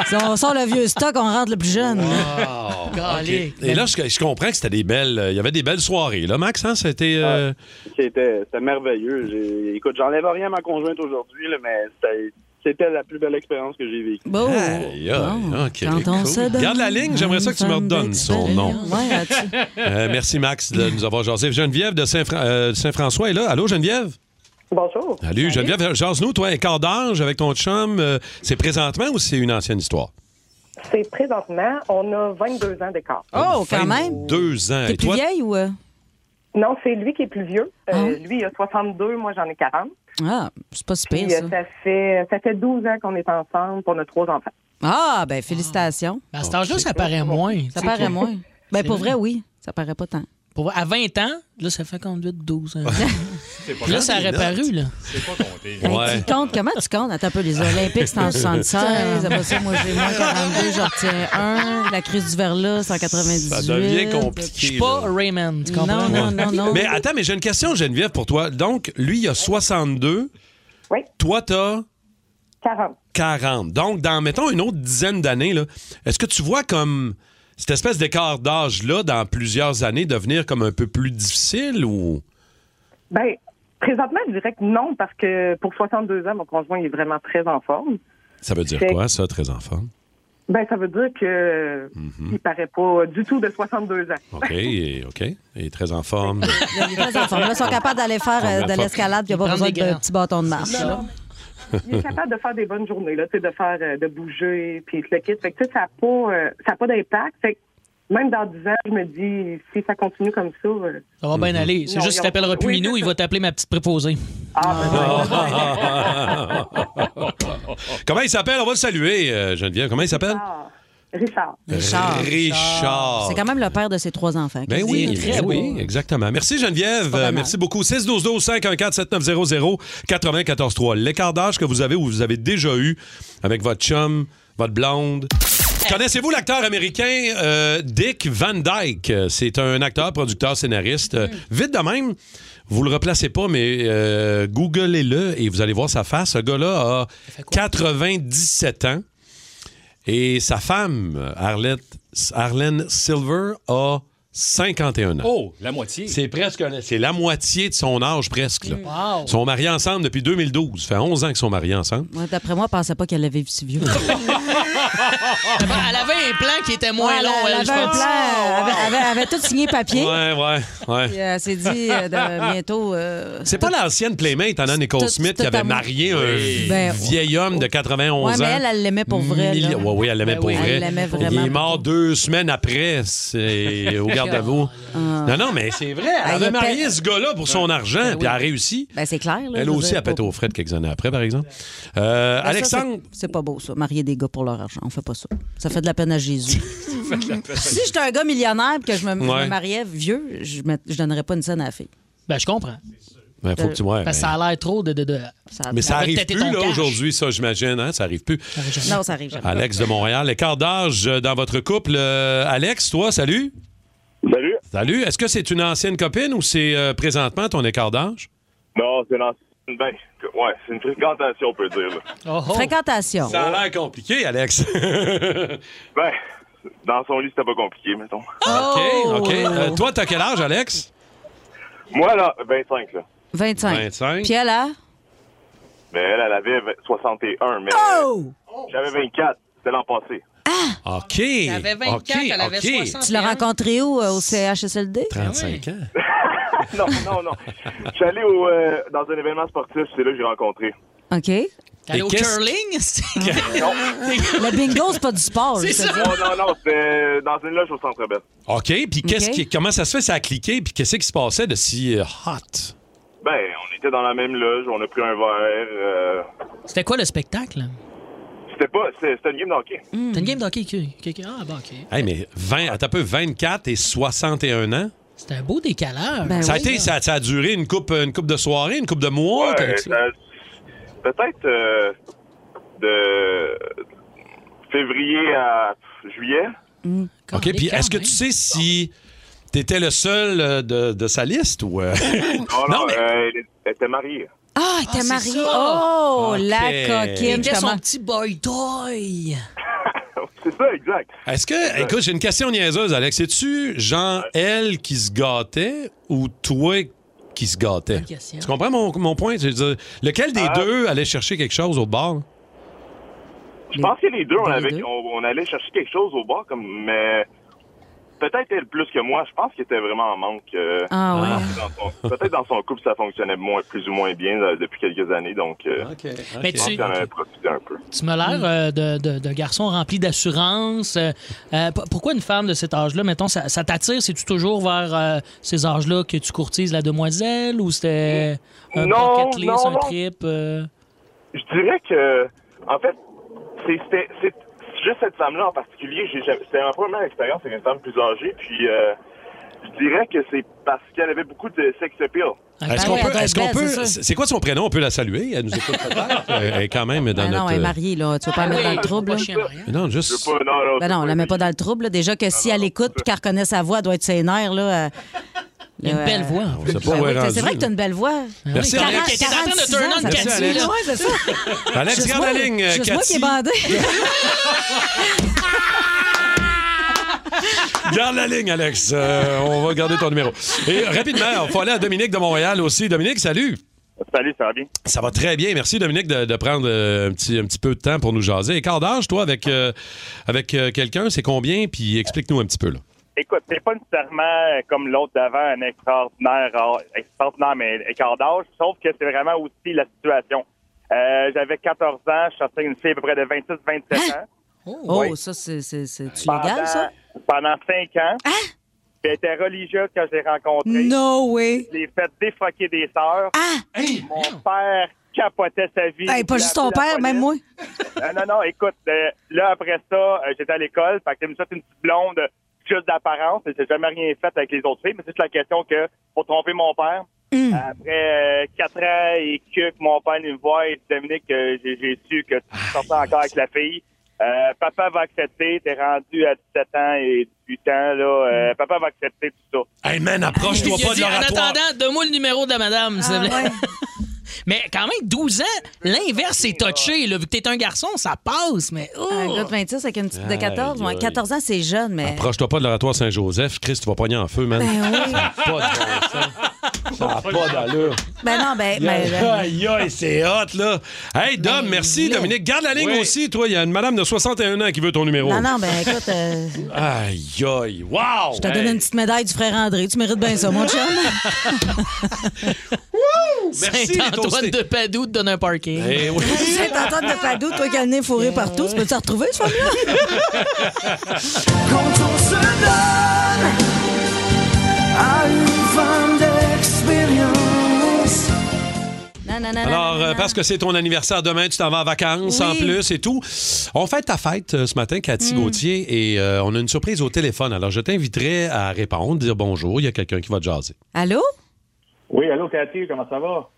Speaker 5: si on sort le vieux stock, on rentre le plus jeune.
Speaker 3: Oh, OK. Et là, je, je comprends que c'était des belles. euh, Il y avait des belles soirées, là, Max, hein? C'était. euh,
Speaker 10: C'était c'était merveilleux. J'ai- Écoute, j'enlève rien à ma conjointe aujourd'hui, là, mais c'était- c'était la plus belle expérience que j'ai vécue.
Speaker 5: Bon.
Speaker 3: aïe, aïe, OK,
Speaker 5: Quand on
Speaker 3: cool.
Speaker 5: se donne
Speaker 3: Garde la ligne, j'aimerais ça que tu me redonnes son nom.
Speaker 5: Ouais, là-dessus.
Speaker 3: Euh, merci, Max, de nous avoir jasé. Geneviève de Saint-Fra- euh, de Saint-François est là. Allô, Geneviève?
Speaker 17: Bonjour.
Speaker 3: Salut, Geneviève. Euh, Jase-nous, toi, un quart d'âge avec ton chum. euh, c'est présentement ou c'est une ancienne histoire?
Speaker 17: C'est présentement, on a 22 ans d'écart.
Speaker 5: Oh, quand même.
Speaker 3: Deux ans.
Speaker 5: T'es
Speaker 3: Et
Speaker 5: plus
Speaker 3: toi?
Speaker 5: vieille ou. euh?
Speaker 17: Non, c'est lui qui est plus vieux. Euh, Lui, il a 62, moi, j'en ai 40.
Speaker 5: Ah, c'est pas si
Speaker 17: Puis,
Speaker 5: pire, ça.
Speaker 17: euh, ça, fait, ça fait 12 ans qu'on est ensemble, puis on a trois enfants.
Speaker 5: Ah, ben félicitations.
Speaker 4: À cet âge-là, ça paraît moins.
Speaker 5: Ça paraît moins. Ben pour vrai, oui. Ça paraît pas tant.
Speaker 4: Pour, à 20 ans, là, ça fait comme 12 ans.
Speaker 5: pas
Speaker 4: Puis là,
Speaker 5: tant
Speaker 4: ça
Speaker 5: des
Speaker 4: aurait
Speaker 5: notes.
Speaker 4: paru, là.
Speaker 6: C'est pas compté.
Speaker 5: Hey, tu comptes, comment tu comptes? Attends un peu, les Olympiques, c'était en 76. Après ça, moi, j'ai moins 42, j'en retiens un. La crise du verglas, c'est en 98.
Speaker 3: Ça devient
Speaker 4: Je suis
Speaker 3: compliqué.
Speaker 4: pas
Speaker 3: là.
Speaker 4: Raymond, tu comprends?
Speaker 5: Non, non, non, non.
Speaker 3: Mais attends, mais j'ai une question, Geneviève, pour toi. Donc, lui, il a 62.
Speaker 17: Oui.
Speaker 3: Toi, t'as
Speaker 17: 40.
Speaker 3: 40. Donc, dans, mettons, une autre dizaine d'années, là, est-ce que tu vois comme cette espèce d'écart d'âge-là, dans plusieurs années, devenir comme un peu plus difficile ou.
Speaker 17: Ben, présentement, je dirais que non, parce que pour 62 ans, mon conjoint il est vraiment très en forme.
Speaker 3: Ça veut dire
Speaker 17: Fait-
Speaker 3: quoi, ça, très en forme?
Speaker 17: Ben, ça veut dire que
Speaker 5: Mhm.
Speaker 17: il paraît pas du tout de 62 ans.
Speaker 3: OK, OK. Il est très en forme.
Speaker 5: Les enfants, là, sont capables d'aller faire euh, de l'escalade, il n'y a pas besoin de petits bâtons de marche.
Speaker 17: Non, non. Il est capable de faire des bonnes journées, là, tu sais, de faire, euh, de bouger, puis le kit. Fait que, tu sais, ça n'a pas, euh, ça a pas d'impact. Fait que même dans 10 ans, je me dis, si ça continue comme ça. euh,
Speaker 4: Ça va
Speaker 3: Mhm.
Speaker 5: Mhm.
Speaker 4: bien aller. C'est juste
Speaker 17: Non,
Speaker 4: qu'il
Speaker 17: ils ont-
Speaker 4: t'appellera plus
Speaker 17: oui,
Speaker 4: Minou,
Speaker 17: c'est
Speaker 4: il va t'appeler ma petite préposée.
Speaker 5: Ah, ben
Speaker 3: Ah, Comment il s'appelle? On va le saluer, euh, Geneviève. Comment il s'appelle?
Speaker 17: Richard.
Speaker 3: Euh,
Speaker 5: Richard.
Speaker 3: Richard.
Speaker 5: C'est quand même le père de ses trois enfants.
Speaker 3: Ben
Speaker 5: qui
Speaker 3: oui,
Speaker 5: dit-
Speaker 3: ben oui, exactement. Merci Geneviève, Euh, merci beaucoup. 6 12 12 514 7900 94 3. L'écart d'âge que vous avez ou vous avez déjà eu avec votre chum, votre blonde. Connaissez-vous l'acteur américain euh, Dick Van Dyke C'est un acteur, producteur, scénariste. Euh, Vite de même, vous le replacez pas, mais euh, googlez-le et vous allez voir sa face. Ce gars-là a 97 ans. Et sa femme, Arlette, Arlene Silver, a 51 ans.
Speaker 6: Oh, la moitié.
Speaker 3: C'est presque un- c'est la moitié de son âge presque. là.
Speaker 5: Mm. Wow.
Speaker 3: Ils sont mariés ensemble depuis 2012. Ça fait 11 ans qu'ils sont mariés ensemble.
Speaker 5: Ouais, D'après moi, je pensais pas qu'elle avait vu si vieux.
Speaker 4: Elle avait un plan qui était moins
Speaker 5: Ouais,
Speaker 4: long,
Speaker 5: elle,
Speaker 4: elle,
Speaker 5: avait
Speaker 4: je
Speaker 5: un
Speaker 4: pense.
Speaker 5: plan, elle
Speaker 3: Ah,
Speaker 5: avait, elle avait- elle avait tout signé papier.
Speaker 3: Ouais, ouais,
Speaker 5: Puis,
Speaker 3: ouais.
Speaker 5: euh, elle s'est dit euh, de- bientôt. euh,
Speaker 3: C'est pas l'ancienne playmate Anna Nicole
Speaker 5: tout-
Speaker 3: Smith
Speaker 5: tout
Speaker 3: qui
Speaker 5: à
Speaker 3: avait
Speaker 5: moi.
Speaker 3: marié un
Speaker 5: Oui. Ben,
Speaker 3: vieil homme de 91
Speaker 5: Ouais,
Speaker 3: ans.
Speaker 5: mais elle, elle l'aimait pour vrai,
Speaker 3: Mille-
Speaker 5: là.
Speaker 3: Ouais, oui, elle l'aimait
Speaker 5: Ben
Speaker 3: pour
Speaker 5: oui.
Speaker 3: vrai.
Speaker 5: Elle l'aimait
Speaker 3: Il
Speaker 5: vraiment
Speaker 3: est mort deux semaines après, c'est au garde-à-vous. Non, non, mais c'est vrai.
Speaker 5: Ah,
Speaker 3: Elle
Speaker 5: il
Speaker 3: avait
Speaker 5: était-
Speaker 3: marié ce gars-là pour son argent, puis elle a réussi.
Speaker 5: Ben, c'est clair. Là, je
Speaker 3: Elle
Speaker 5: veux
Speaker 3: aussi
Speaker 5: dire,
Speaker 3: a pété aux frais de quelques années après, par exemple. Euh,
Speaker 5: Ben, ça,
Speaker 3: Alexandre.
Speaker 5: c'est- C'est pas beau, ça. Marier des gars pour leur argent. On fait pas ça. Ça fait de la peine à Jésus. si j'étais un gars millionnaire et que je me, je
Speaker 3: Ouais.
Speaker 5: me mariais vieux, je, met- je donnerais pas une scène à la fille.
Speaker 4: Ben, je comprends.
Speaker 3: Ben, faut que tu- ouais,
Speaker 4: Parce que
Speaker 3: ben-
Speaker 4: ça a l'air trop de. de, de-
Speaker 5: Ah,
Speaker 3: Mais ça
Speaker 4: va
Speaker 3: arrive
Speaker 4: têter
Speaker 3: plus
Speaker 4: ton
Speaker 3: là,
Speaker 4: cash.
Speaker 3: aujourd'hui, ça, j'imagine. Hein? Ça arrive plus.
Speaker 5: Non, ça arrive jamais.
Speaker 3: Alex de Montréal, l'écart d'âge euh, dans votre couple. Euh, Alex, toi, salut.
Speaker 18: Salut.
Speaker 3: Salut. Est-ce que c'est une ancienne copine ou c'est euh, présentement ton écart d'âge?
Speaker 18: Non, c'est une ancienne. Ben, ouais, c'est une fréquentation, on peut dire. là.
Speaker 4: Oh,
Speaker 5: Fréquentation.
Speaker 3: Ça a l'air compliqué, Alex.
Speaker 18: ben, dans son lit, c'était pas compliqué, mettons.
Speaker 5: Oh.
Speaker 3: OK, OK. Euh, toi, t'as quel âge, Alex?
Speaker 18: Moi, là, 25, là.
Speaker 5: 25.
Speaker 3: 25.
Speaker 5: Puis elle a.
Speaker 18: Mais elle, elle avait 61, mais. J'avais 24. C'était l'an passé.
Speaker 3: OK.
Speaker 18: avait 24, elle avait 61.
Speaker 5: Tu l'as rencontrée où euh, au CHSLD?
Speaker 3: 35
Speaker 4: Ah
Speaker 3: ans.
Speaker 18: non, non, non. Je suis allé au, euh, dans un événement sportif, c'est là que j'ai rencontré.
Speaker 5: OK.
Speaker 4: T'allais au curling? C'est-
Speaker 5: Le bingo, Oh, c'est pas du sport. je te dis.
Speaker 18: Non, Oh, non, non, c'était dans une loge au centre belle
Speaker 3: OK. Puis qu'est-ce
Speaker 18: OK.
Speaker 3: qui, comment ça se fait, ça a cliqué? Puis qu'est-ce qui se passait de si euh, hot?
Speaker 18: Ben, on était dans la même loge, on a pris un verre. euh,
Speaker 4: C'était quoi le spectacle?
Speaker 18: c'était pas. C'était c'était une game de hockey.
Speaker 4: T'as une game d'hockey? qui- qui- Ah, bah, OK.
Speaker 3: Hey, mais 20, attends un peu, 24 et 61 ans?
Speaker 4: C'était un beau décalage.
Speaker 3: ça, a été, ça, ça a duré une coupe, une coupe de soirée, une coupe de mois?
Speaker 18: Ouais,
Speaker 3: t'as-
Speaker 18: ça- Peut-être euh, de février à juillet.
Speaker 3: OK, puis est-ce que tu sais si t'étais le seul euh, de, de sa liste ou... euh,
Speaker 18: Non, non, euh, elle- elle était mariée.
Speaker 5: Ah, elle était mariée. Oh,
Speaker 3: OK.
Speaker 5: la coquine.
Speaker 4: C'était son
Speaker 5: comment-
Speaker 4: petit boy toy.
Speaker 18: C'est ça, exact.
Speaker 3: Est-ce que... Écoute, j'ai une question niaiseuse, Alex. C'est-tu genre elle qui se gâtait ou toi qui se gâtais?
Speaker 4: question.
Speaker 3: Tu comprends mon, mon point? Je veux dire, lequel
Speaker 18: Ah.
Speaker 3: des deux allait chercher quelque chose au bord?
Speaker 18: Je pense que les deux, on, avait, on, on allait chercher quelque chose au bar, comme, mais peut-être elle plus que moi. Je pense qu'il était vraiment en manque. euh,
Speaker 5: Ah ouais,
Speaker 18: dans son- Peut-être dans son couple, ça fonctionnait moins, plus ou moins bien euh, depuis quelques années, donc euh,
Speaker 4: Mais
Speaker 18: je pense
Speaker 4: tu-
Speaker 18: qu'on en avait profité un peu.
Speaker 4: Tu me l'air euh, de, de- de garçon rempli d'assurance. Euh, euh, p- pourquoi une femme de cet âge-là, mettons, ça, ça t'attire? C'est-tu toujours vers euh, ces âges-là que tu courtises la demoiselle ou c'était un
Speaker 18: Non,
Speaker 4: bucket list,
Speaker 18: non,
Speaker 4: un
Speaker 18: non.
Speaker 4: trip? euh?
Speaker 18: Je dirais que, en fait, c'est- c'était c'est- juste cette femme-là en particulier. j'ai jamais- C'était ma première expérience avec une femme plus âgée, puis euh, je dirais que c'est parce qu'elle avait beaucoup de sex appeal.
Speaker 3: Est-ce qu'on
Speaker 5: oui, elle
Speaker 3: peut...
Speaker 5: doit
Speaker 3: est-ce
Speaker 5: être
Speaker 3: qu'on
Speaker 5: belle,
Speaker 3: peut-
Speaker 5: c'est ça.
Speaker 3: c'est quoi son prénom? On peut la saluer? Elle nous écoute peut-être. Euh, elle est quand même dans
Speaker 5: Ben
Speaker 3: notre...
Speaker 5: non, elle est mariée, là. Tu vas pas la mettre
Speaker 4: Ah,
Speaker 5: dans le trouble. là.
Speaker 3: Mais Non, juste...
Speaker 5: Ben non, on la met pas Ah, dans le trouble. là. Déjà que si elle écoute puis qu'elle reconnaît sa voix, elle doit être ses nerfs. Là, euh,
Speaker 4: Il y a une belle voix, en
Speaker 3: On
Speaker 4: plus.
Speaker 3: sait pas où elle
Speaker 5: Ben
Speaker 3: est
Speaker 5: C'est
Speaker 3: rendue,
Speaker 5: vrai que tu as une belle voix.
Speaker 3: Merci,
Speaker 5: Ah Quarante-
Speaker 3: Alex.
Speaker 4: T'es en train de
Speaker 5: 46
Speaker 4: turn
Speaker 5: ans,
Speaker 4: on
Speaker 5: ça fait-
Speaker 4: Cathy,
Speaker 5: Ouais,
Speaker 4: là.
Speaker 5: c'est ça.
Speaker 3: Alex,
Speaker 5: Juste
Speaker 3: regarde euh,
Speaker 5: moi-
Speaker 3: la ligne,
Speaker 5: Juste moi qui
Speaker 3: Cathy.
Speaker 5: est bandé.
Speaker 3: Garde la ligne, Alex. Euh, on va garder ton numéro. Et rapidement, il faut aller à Dominique de Montréal aussi. Dominique, salut.
Speaker 10: Salut, ça va bien?
Speaker 3: Ça va très bien. Merci, Dominique, de, de prendre euh, un petit, un petit peu de temps pour nous jaser. Et quart d'âge, toi, avec, euh, avec euh, quelqu'un, c'est combien? Puis explique-nous un petit peu. Là.
Speaker 10: Écoute, c'est pas nécessairement euh, comme l'autre d'avant un extraordinaire, ah, extraordinaire mais écart d'âge, sauf que c'est vraiment aussi la situation. Euh, J'avais 14 ans, je sortais une fille à peu près de 26-27 ans.
Speaker 5: Oh, ça, c'est c'est- c'est-tu légal, ça? Hein?
Speaker 10: Pendant 5 ans. Puis elle était religieuse quand je l'ai rencontrée.
Speaker 5: No way. Ah!
Speaker 10: Je l'ai fait défroquer des sœurs. Mon père capotait sa vie.
Speaker 5: Hey, pas
Speaker 10: Il
Speaker 5: juste ton
Speaker 10: appelait la
Speaker 5: père, même moi.
Speaker 10: euh, non, non, écoute, euh, là, après ça, euh, j'étais à l'école, fait que je me suis fait une petite blonde euh, juste d'apparence, et j'ai jamais rien fait avec les autres filles, mais c'est juste la question que, pour tromper mon père,
Speaker 4: Hmm.
Speaker 10: après euh, quatre ans et que que mon père nous voit et Dominique, euh, j'ai j'ai su que tu sortais encore avec la fille. Euh, papa va accepter, t'es rendu à 17 ans et 18 ans, là, euh, papa va accepter tout
Speaker 3: ça. Hey man, approche-toi
Speaker 4: Hmm. Il a dit, en attendant, donne-moi le numéro de la madame, s'il te plaît. Mais quand même, 12 ans, l'inverse est touché. Là, vu que t'es un garçon, ça passe, mais... oh!
Speaker 5: Un gars de 26 avec une petite de
Speaker 3: Aïe,
Speaker 5: 14. ouais.
Speaker 3: aïe. Ah,
Speaker 5: 14 ans, c'est jeune, mais.
Speaker 3: Approche-toi pas de l'oratoire Saint-Joseph. Chris, tu vas pogner en feu, man.
Speaker 5: Ben oui.
Speaker 3: Ça n'a pas d'allure.
Speaker 5: Ben non, ben. ben, ben-
Speaker 3: Aïe, aïe, c'est hot, là. Hey, Dom, merci, Dominique. Garde la ligne aussi, toi. Il y a une madame de 61 ans qui veut ton numéro.
Speaker 5: Non, non, ben écoute, euh,
Speaker 3: Aïe, aïe. Wow!
Speaker 5: je te
Speaker 3: Hey.
Speaker 5: donne une petite médaille du frère André. Tu mérites bien ça, mon chum.
Speaker 3: Merci, les
Speaker 4: Saint-Antoine
Speaker 3: toastés.
Speaker 4: de Padoue te donne un parking.
Speaker 3: Eh oui.
Speaker 5: Saint-Antoine de Padoue, toi qui as le nez fourré partout, tu peux te retrouver, ce femme-là?
Speaker 7: Quand on se donne à une femme d'expérience.
Speaker 5: Non, non, non, non.
Speaker 3: Alors, euh, parce que c'est ton anniversaire demain, tu t'en vas en vacances
Speaker 5: Oui. Hmm.
Speaker 3: en plus et tout. On fête ta fête euh, ce matin, Cathy Gauthier, et euh, on a une surprise au téléphone. Alors, je t'inviterai à répondre, dire bonjour. Il y a quelqu'un qui va te jaser.
Speaker 5: Allô?
Speaker 10: Oui, allô, Cathy, comment ça va?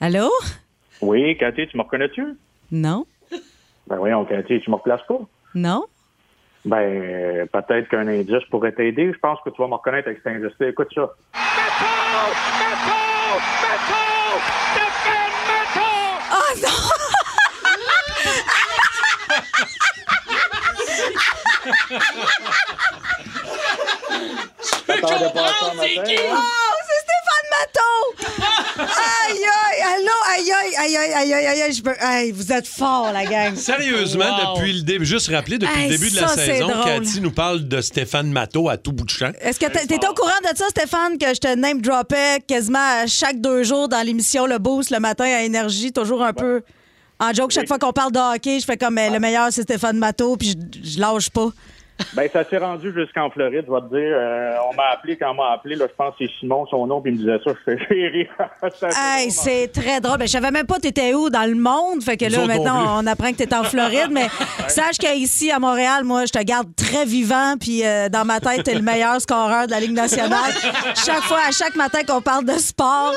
Speaker 5: Allô?
Speaker 10: Oui, Cathy, tu me reconnais-tu?
Speaker 5: Non?
Speaker 10: Ben voyons, Cathy, tu me replaces pas?
Speaker 5: Non?
Speaker 10: Ben, euh, peut-être qu'un indice pourrait t'aider. Je pense que tu vas me reconnaître avec cet indice Écoute ça.
Speaker 7: Oh non!
Speaker 10: T'attendais pas à ça,
Speaker 7: c'est
Speaker 10: matin,
Speaker 7: qui?
Speaker 10: hein?
Speaker 5: Oh, c'est Stéphane Maton! Aïe, aïe, allô, aïe, aïe, aïe, aïe, aïe, aïe, aïe, aïe, je peux... Aïe, vous êtes forts, la gang.
Speaker 3: Sérieusement,
Speaker 5: Wow.
Speaker 3: depuis le début, juste rappeler, depuis
Speaker 5: Hey,
Speaker 3: le début de la
Speaker 5: ça, c'est
Speaker 3: saison,
Speaker 5: drôle.
Speaker 3: Cathy nous parle de Stéphane Matteau à tout bout de champ.
Speaker 5: Est-ce que t'es- t'étais au courant de ça, Stéphane, que je te name-droppais quasiment à chaque deux jours dans l'émission Le Boost le matin à Énergie, toujours un peu en joke. Chaque fois qu'on parle de hockey, je fais comme eh, le meilleur, c'est Stéphane Matteau, puis je, je lâche pas.
Speaker 10: Ben, ça s'est rendu jusqu'en Floride, je vais te dire. Euh, on m'a appelé quand on m'a appelé, là, je pense que c'est Simon, son nom, puis il me disait ça, je fais j'ai ri. Ça, c'est
Speaker 5: Hey, c'est très drôle. Ben, je savais même pas t'étais où dans le monde. Fait que
Speaker 10: Nous
Speaker 5: là,
Speaker 10: autres non
Speaker 5: maintenant,
Speaker 10: plus.
Speaker 5: on apprend que t'es en Floride. Mais sache qu'ici, à Montréal, moi, je te garde très vivant. Puis euh, dans ma tête, t'es le meilleur scoreur de la Ligue nationale. chaque fois, à chaque matin qu'on parle de sport.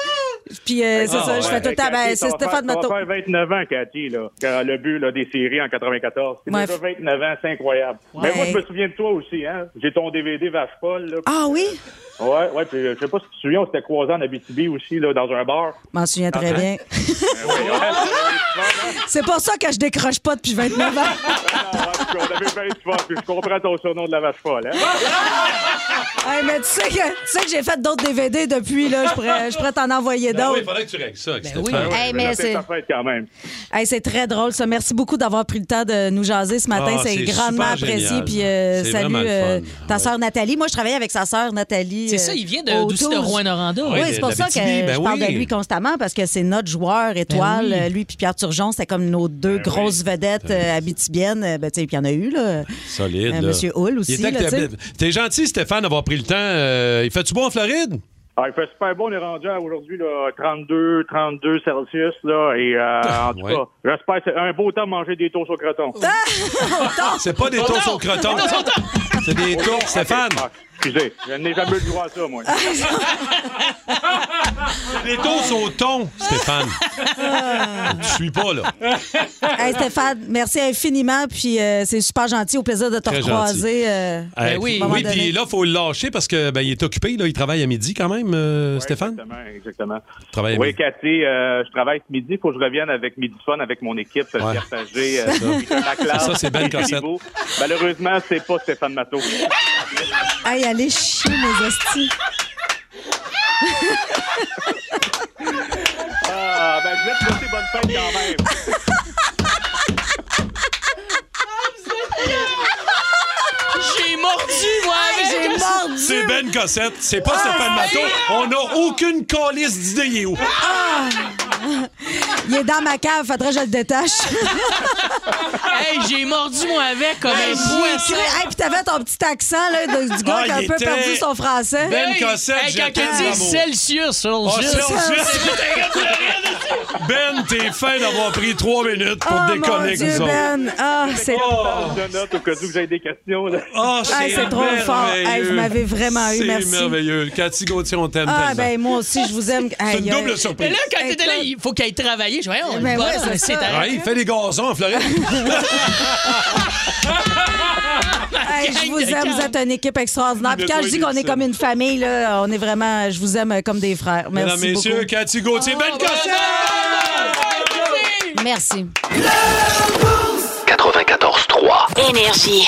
Speaker 5: Puis euh, c'est
Speaker 10: Ah,
Speaker 5: ça, je
Speaker 10: ouais.
Speaker 5: fais tout le temps.
Speaker 10: Cathy,
Speaker 5: Ben,
Speaker 10: ça
Speaker 5: c'est
Speaker 10: va
Speaker 5: Stéphane
Speaker 10: faire-
Speaker 5: Matteau.
Speaker 10: Ça va faire 29 ans, Cathy, là, quand le but là, des séries en 94. C'est
Speaker 5: Ouais.
Speaker 10: déjà 29 ans, c'est incroyable.
Speaker 5: Ouais.
Speaker 10: Mais moi, je me souviens de toi aussi. hein. J'ai ton DVD Vache Folle. là.
Speaker 5: Ah oui?
Speaker 10: Ouais, ouais. Puis, euh, je sais pas si tu te souviens, on s'était croisés en Abitibi aussi, là, dans un bar.
Speaker 5: M'en souviens très
Speaker 3: hein?
Speaker 10: Ah,
Speaker 5: bien.
Speaker 3: Ben
Speaker 5: C'est pour ça que je décroche pas depuis 29 ans.
Speaker 10: on avait bien souvent, puis je comprends ton surnom de la Vache Folle. hein.
Speaker 5: Hey, mais tu sais que, tu sais que j'ai fait d'autres DVD depuis, là. Je pourrais, je pourrais t'en envoyer
Speaker 3: Ben oui,
Speaker 5: d'autres.
Speaker 3: il fallait que tu règles ça Ben avec
Speaker 5: oui.
Speaker 3: Stéphane.
Speaker 5: Hey, mais c'est-
Speaker 10: Ça fait quand même.
Speaker 5: Hey, c'est très drôle, ça. Merci beaucoup d'avoir pris le temps de nous jaser ce matin.
Speaker 3: Ah,
Speaker 5: c'est
Speaker 3: c'est
Speaker 5: grandement
Speaker 3: super
Speaker 5: apprécié.
Speaker 3: génial.
Speaker 5: Puis euh,
Speaker 3: C'est
Speaker 5: salut
Speaker 3: vraiment le
Speaker 5: euh,
Speaker 3: fun.
Speaker 5: ta sœur Nathalie. Moi, je travaillais avec sa sœur Nathalie.
Speaker 4: C'est
Speaker 5: euh,
Speaker 4: ça, il vient de-
Speaker 5: au
Speaker 4: d'où c'est, de
Speaker 5: 12.
Speaker 4: Rouyn-Noranda.
Speaker 5: Oui,
Speaker 4: Ouais,
Speaker 5: Ah, c'est
Speaker 4: Ah de-
Speaker 5: pour ça que
Speaker 4: d'Abitibi, ben
Speaker 5: je parle
Speaker 4: oui.
Speaker 5: de lui constamment parce que c'est notre joueur étoile.
Speaker 4: Ben oui.
Speaker 5: Euh, Lui puis Pierre Turgeon, c'était comme nos deux grosses vedettes euh, habitibiennes. Euh, Ben, tu sais, puis il y en a eu, là.
Speaker 3: Solide.
Speaker 5: Euh,
Speaker 3: là.
Speaker 5: Monsieur Hull
Speaker 3: Il
Speaker 5: aussi,
Speaker 3: était que
Speaker 5: là, tu sais.
Speaker 3: t'es- T'es gentil, Stéphane, d'avoir pris le temps. Euh, il fait-tu bon en Floride?
Speaker 10: Ah, il fait super beau, on est rendu à aujourd'hui là, 32, 32 Celsius là, et euh, en tout
Speaker 3: Ah, Ouais.
Speaker 10: cas, j'espère que c'est un beau temps de manger des tours au croton.
Speaker 5: Ah!
Speaker 3: C'est pas des tours au croton. C'est des tours, Stéphane.
Speaker 10: Ah, Excusez, je n'ai jamais eu le droit à ça, moi.
Speaker 3: Les tours sont au thon, Stéphane. Tu suis pas, là.
Speaker 5: Hey, Stéphane, merci infiniment. Puis euh, c'est super gentil. Au plaisir de te
Speaker 3: Très
Speaker 5: recroiser. euh,
Speaker 3: Eh,
Speaker 5: à un
Speaker 3: oui,
Speaker 5: moment
Speaker 3: oui,
Speaker 5: donné.
Speaker 3: puis là, il faut le lâcher parce que ben, il est occupé. Là, il travaille à midi quand même, euh, Stéphane.
Speaker 10: Exactement, exactement.
Speaker 3: Travaille à
Speaker 10: oui,
Speaker 3: midi.
Speaker 10: Cathy, euh, je travaille ce midi. Il faut que je revienne avec Midi Fun, avec mon équipe,
Speaker 3: Ouais.
Speaker 10: Pierre Sager, euh,
Speaker 3: C'est ça.
Speaker 10: Nicolas Classe,
Speaker 3: C'est ça, c'est Ben
Speaker 10: Émilie
Speaker 3: Cossette.
Speaker 10: Beau. Malheureusement, c'est pas Stéphane Matteau.
Speaker 5: Hey, allez chier, mes hosties.
Speaker 7: Ah, ben, je vais te souhaiter bonne fête quand même.
Speaker 4: J'ai mordu, moi, avec.
Speaker 3: C'est Ben Cossette, c'est pas
Speaker 4: Ah,
Speaker 3: Stéphane Matteau. On n'a aucune calice d'idée, il est où.
Speaker 5: Ah! Il est dans ma cave, faudrait que je le détache.
Speaker 4: Hey, j'ai mordu, moi, avec, comme
Speaker 5: Hey,
Speaker 4: un poisson.
Speaker 5: Hey, puis t'avais ton petit accent là, de- du gars
Speaker 4: Ah,
Speaker 5: qui a un
Speaker 4: il
Speaker 5: peu
Speaker 4: était
Speaker 5: perdu son français.
Speaker 4: Ben Cossette, Hey, quand j'ai qu'elle dit perdu l'amour. Celsius, Celsius.
Speaker 3: Ben, t'es fin d'avoir pris trois minutes pour
Speaker 5: Oh, mon
Speaker 3: déconner avec
Speaker 5: Dieu,
Speaker 3: nous autres.
Speaker 5: Ben! Ah, c'est...
Speaker 3: Oh.
Speaker 10: Je note au cas où j'ai des questions. Là.
Speaker 5: Hey, c'est trop fort. Hey, vous m'avez vraiment eu, merci.
Speaker 3: Ah, C'est merveilleux. Cathy Gauthier, on t'aime
Speaker 5: Ah,
Speaker 3: tellement.
Speaker 5: ben moi aussi, je vous aime.
Speaker 3: C'est
Speaker 5: Aïe,
Speaker 3: une double
Speaker 5: aïe.
Speaker 3: surprise.
Speaker 4: Mais là, quand t'étais là, il faut qu'elle travaille. Je voyais, on
Speaker 5: Ben
Speaker 4: le
Speaker 5: ouais,
Speaker 4: bosse,
Speaker 5: c'est
Speaker 4: c'est
Speaker 5: ça.
Speaker 3: Ouais,
Speaker 4: arrêté.
Speaker 3: il fait des gazons en Floride.
Speaker 5: Hey, je vous aime, vous êtes une équipe extraordinaire. Puis
Speaker 3: De
Speaker 5: quand
Speaker 3: quoi
Speaker 5: je dis
Speaker 3: il
Speaker 5: qu'on est
Speaker 3: dit ça?
Speaker 5: comme une famille, là, on est vraiment, je vous aime comme des frères.
Speaker 3: Mesdames,
Speaker 5: Merci
Speaker 3: messieurs,
Speaker 5: beaucoup. Ah,
Speaker 3: Cathy Gauthier, Ben Cossette!
Speaker 5: Merci.
Speaker 1: Énergie.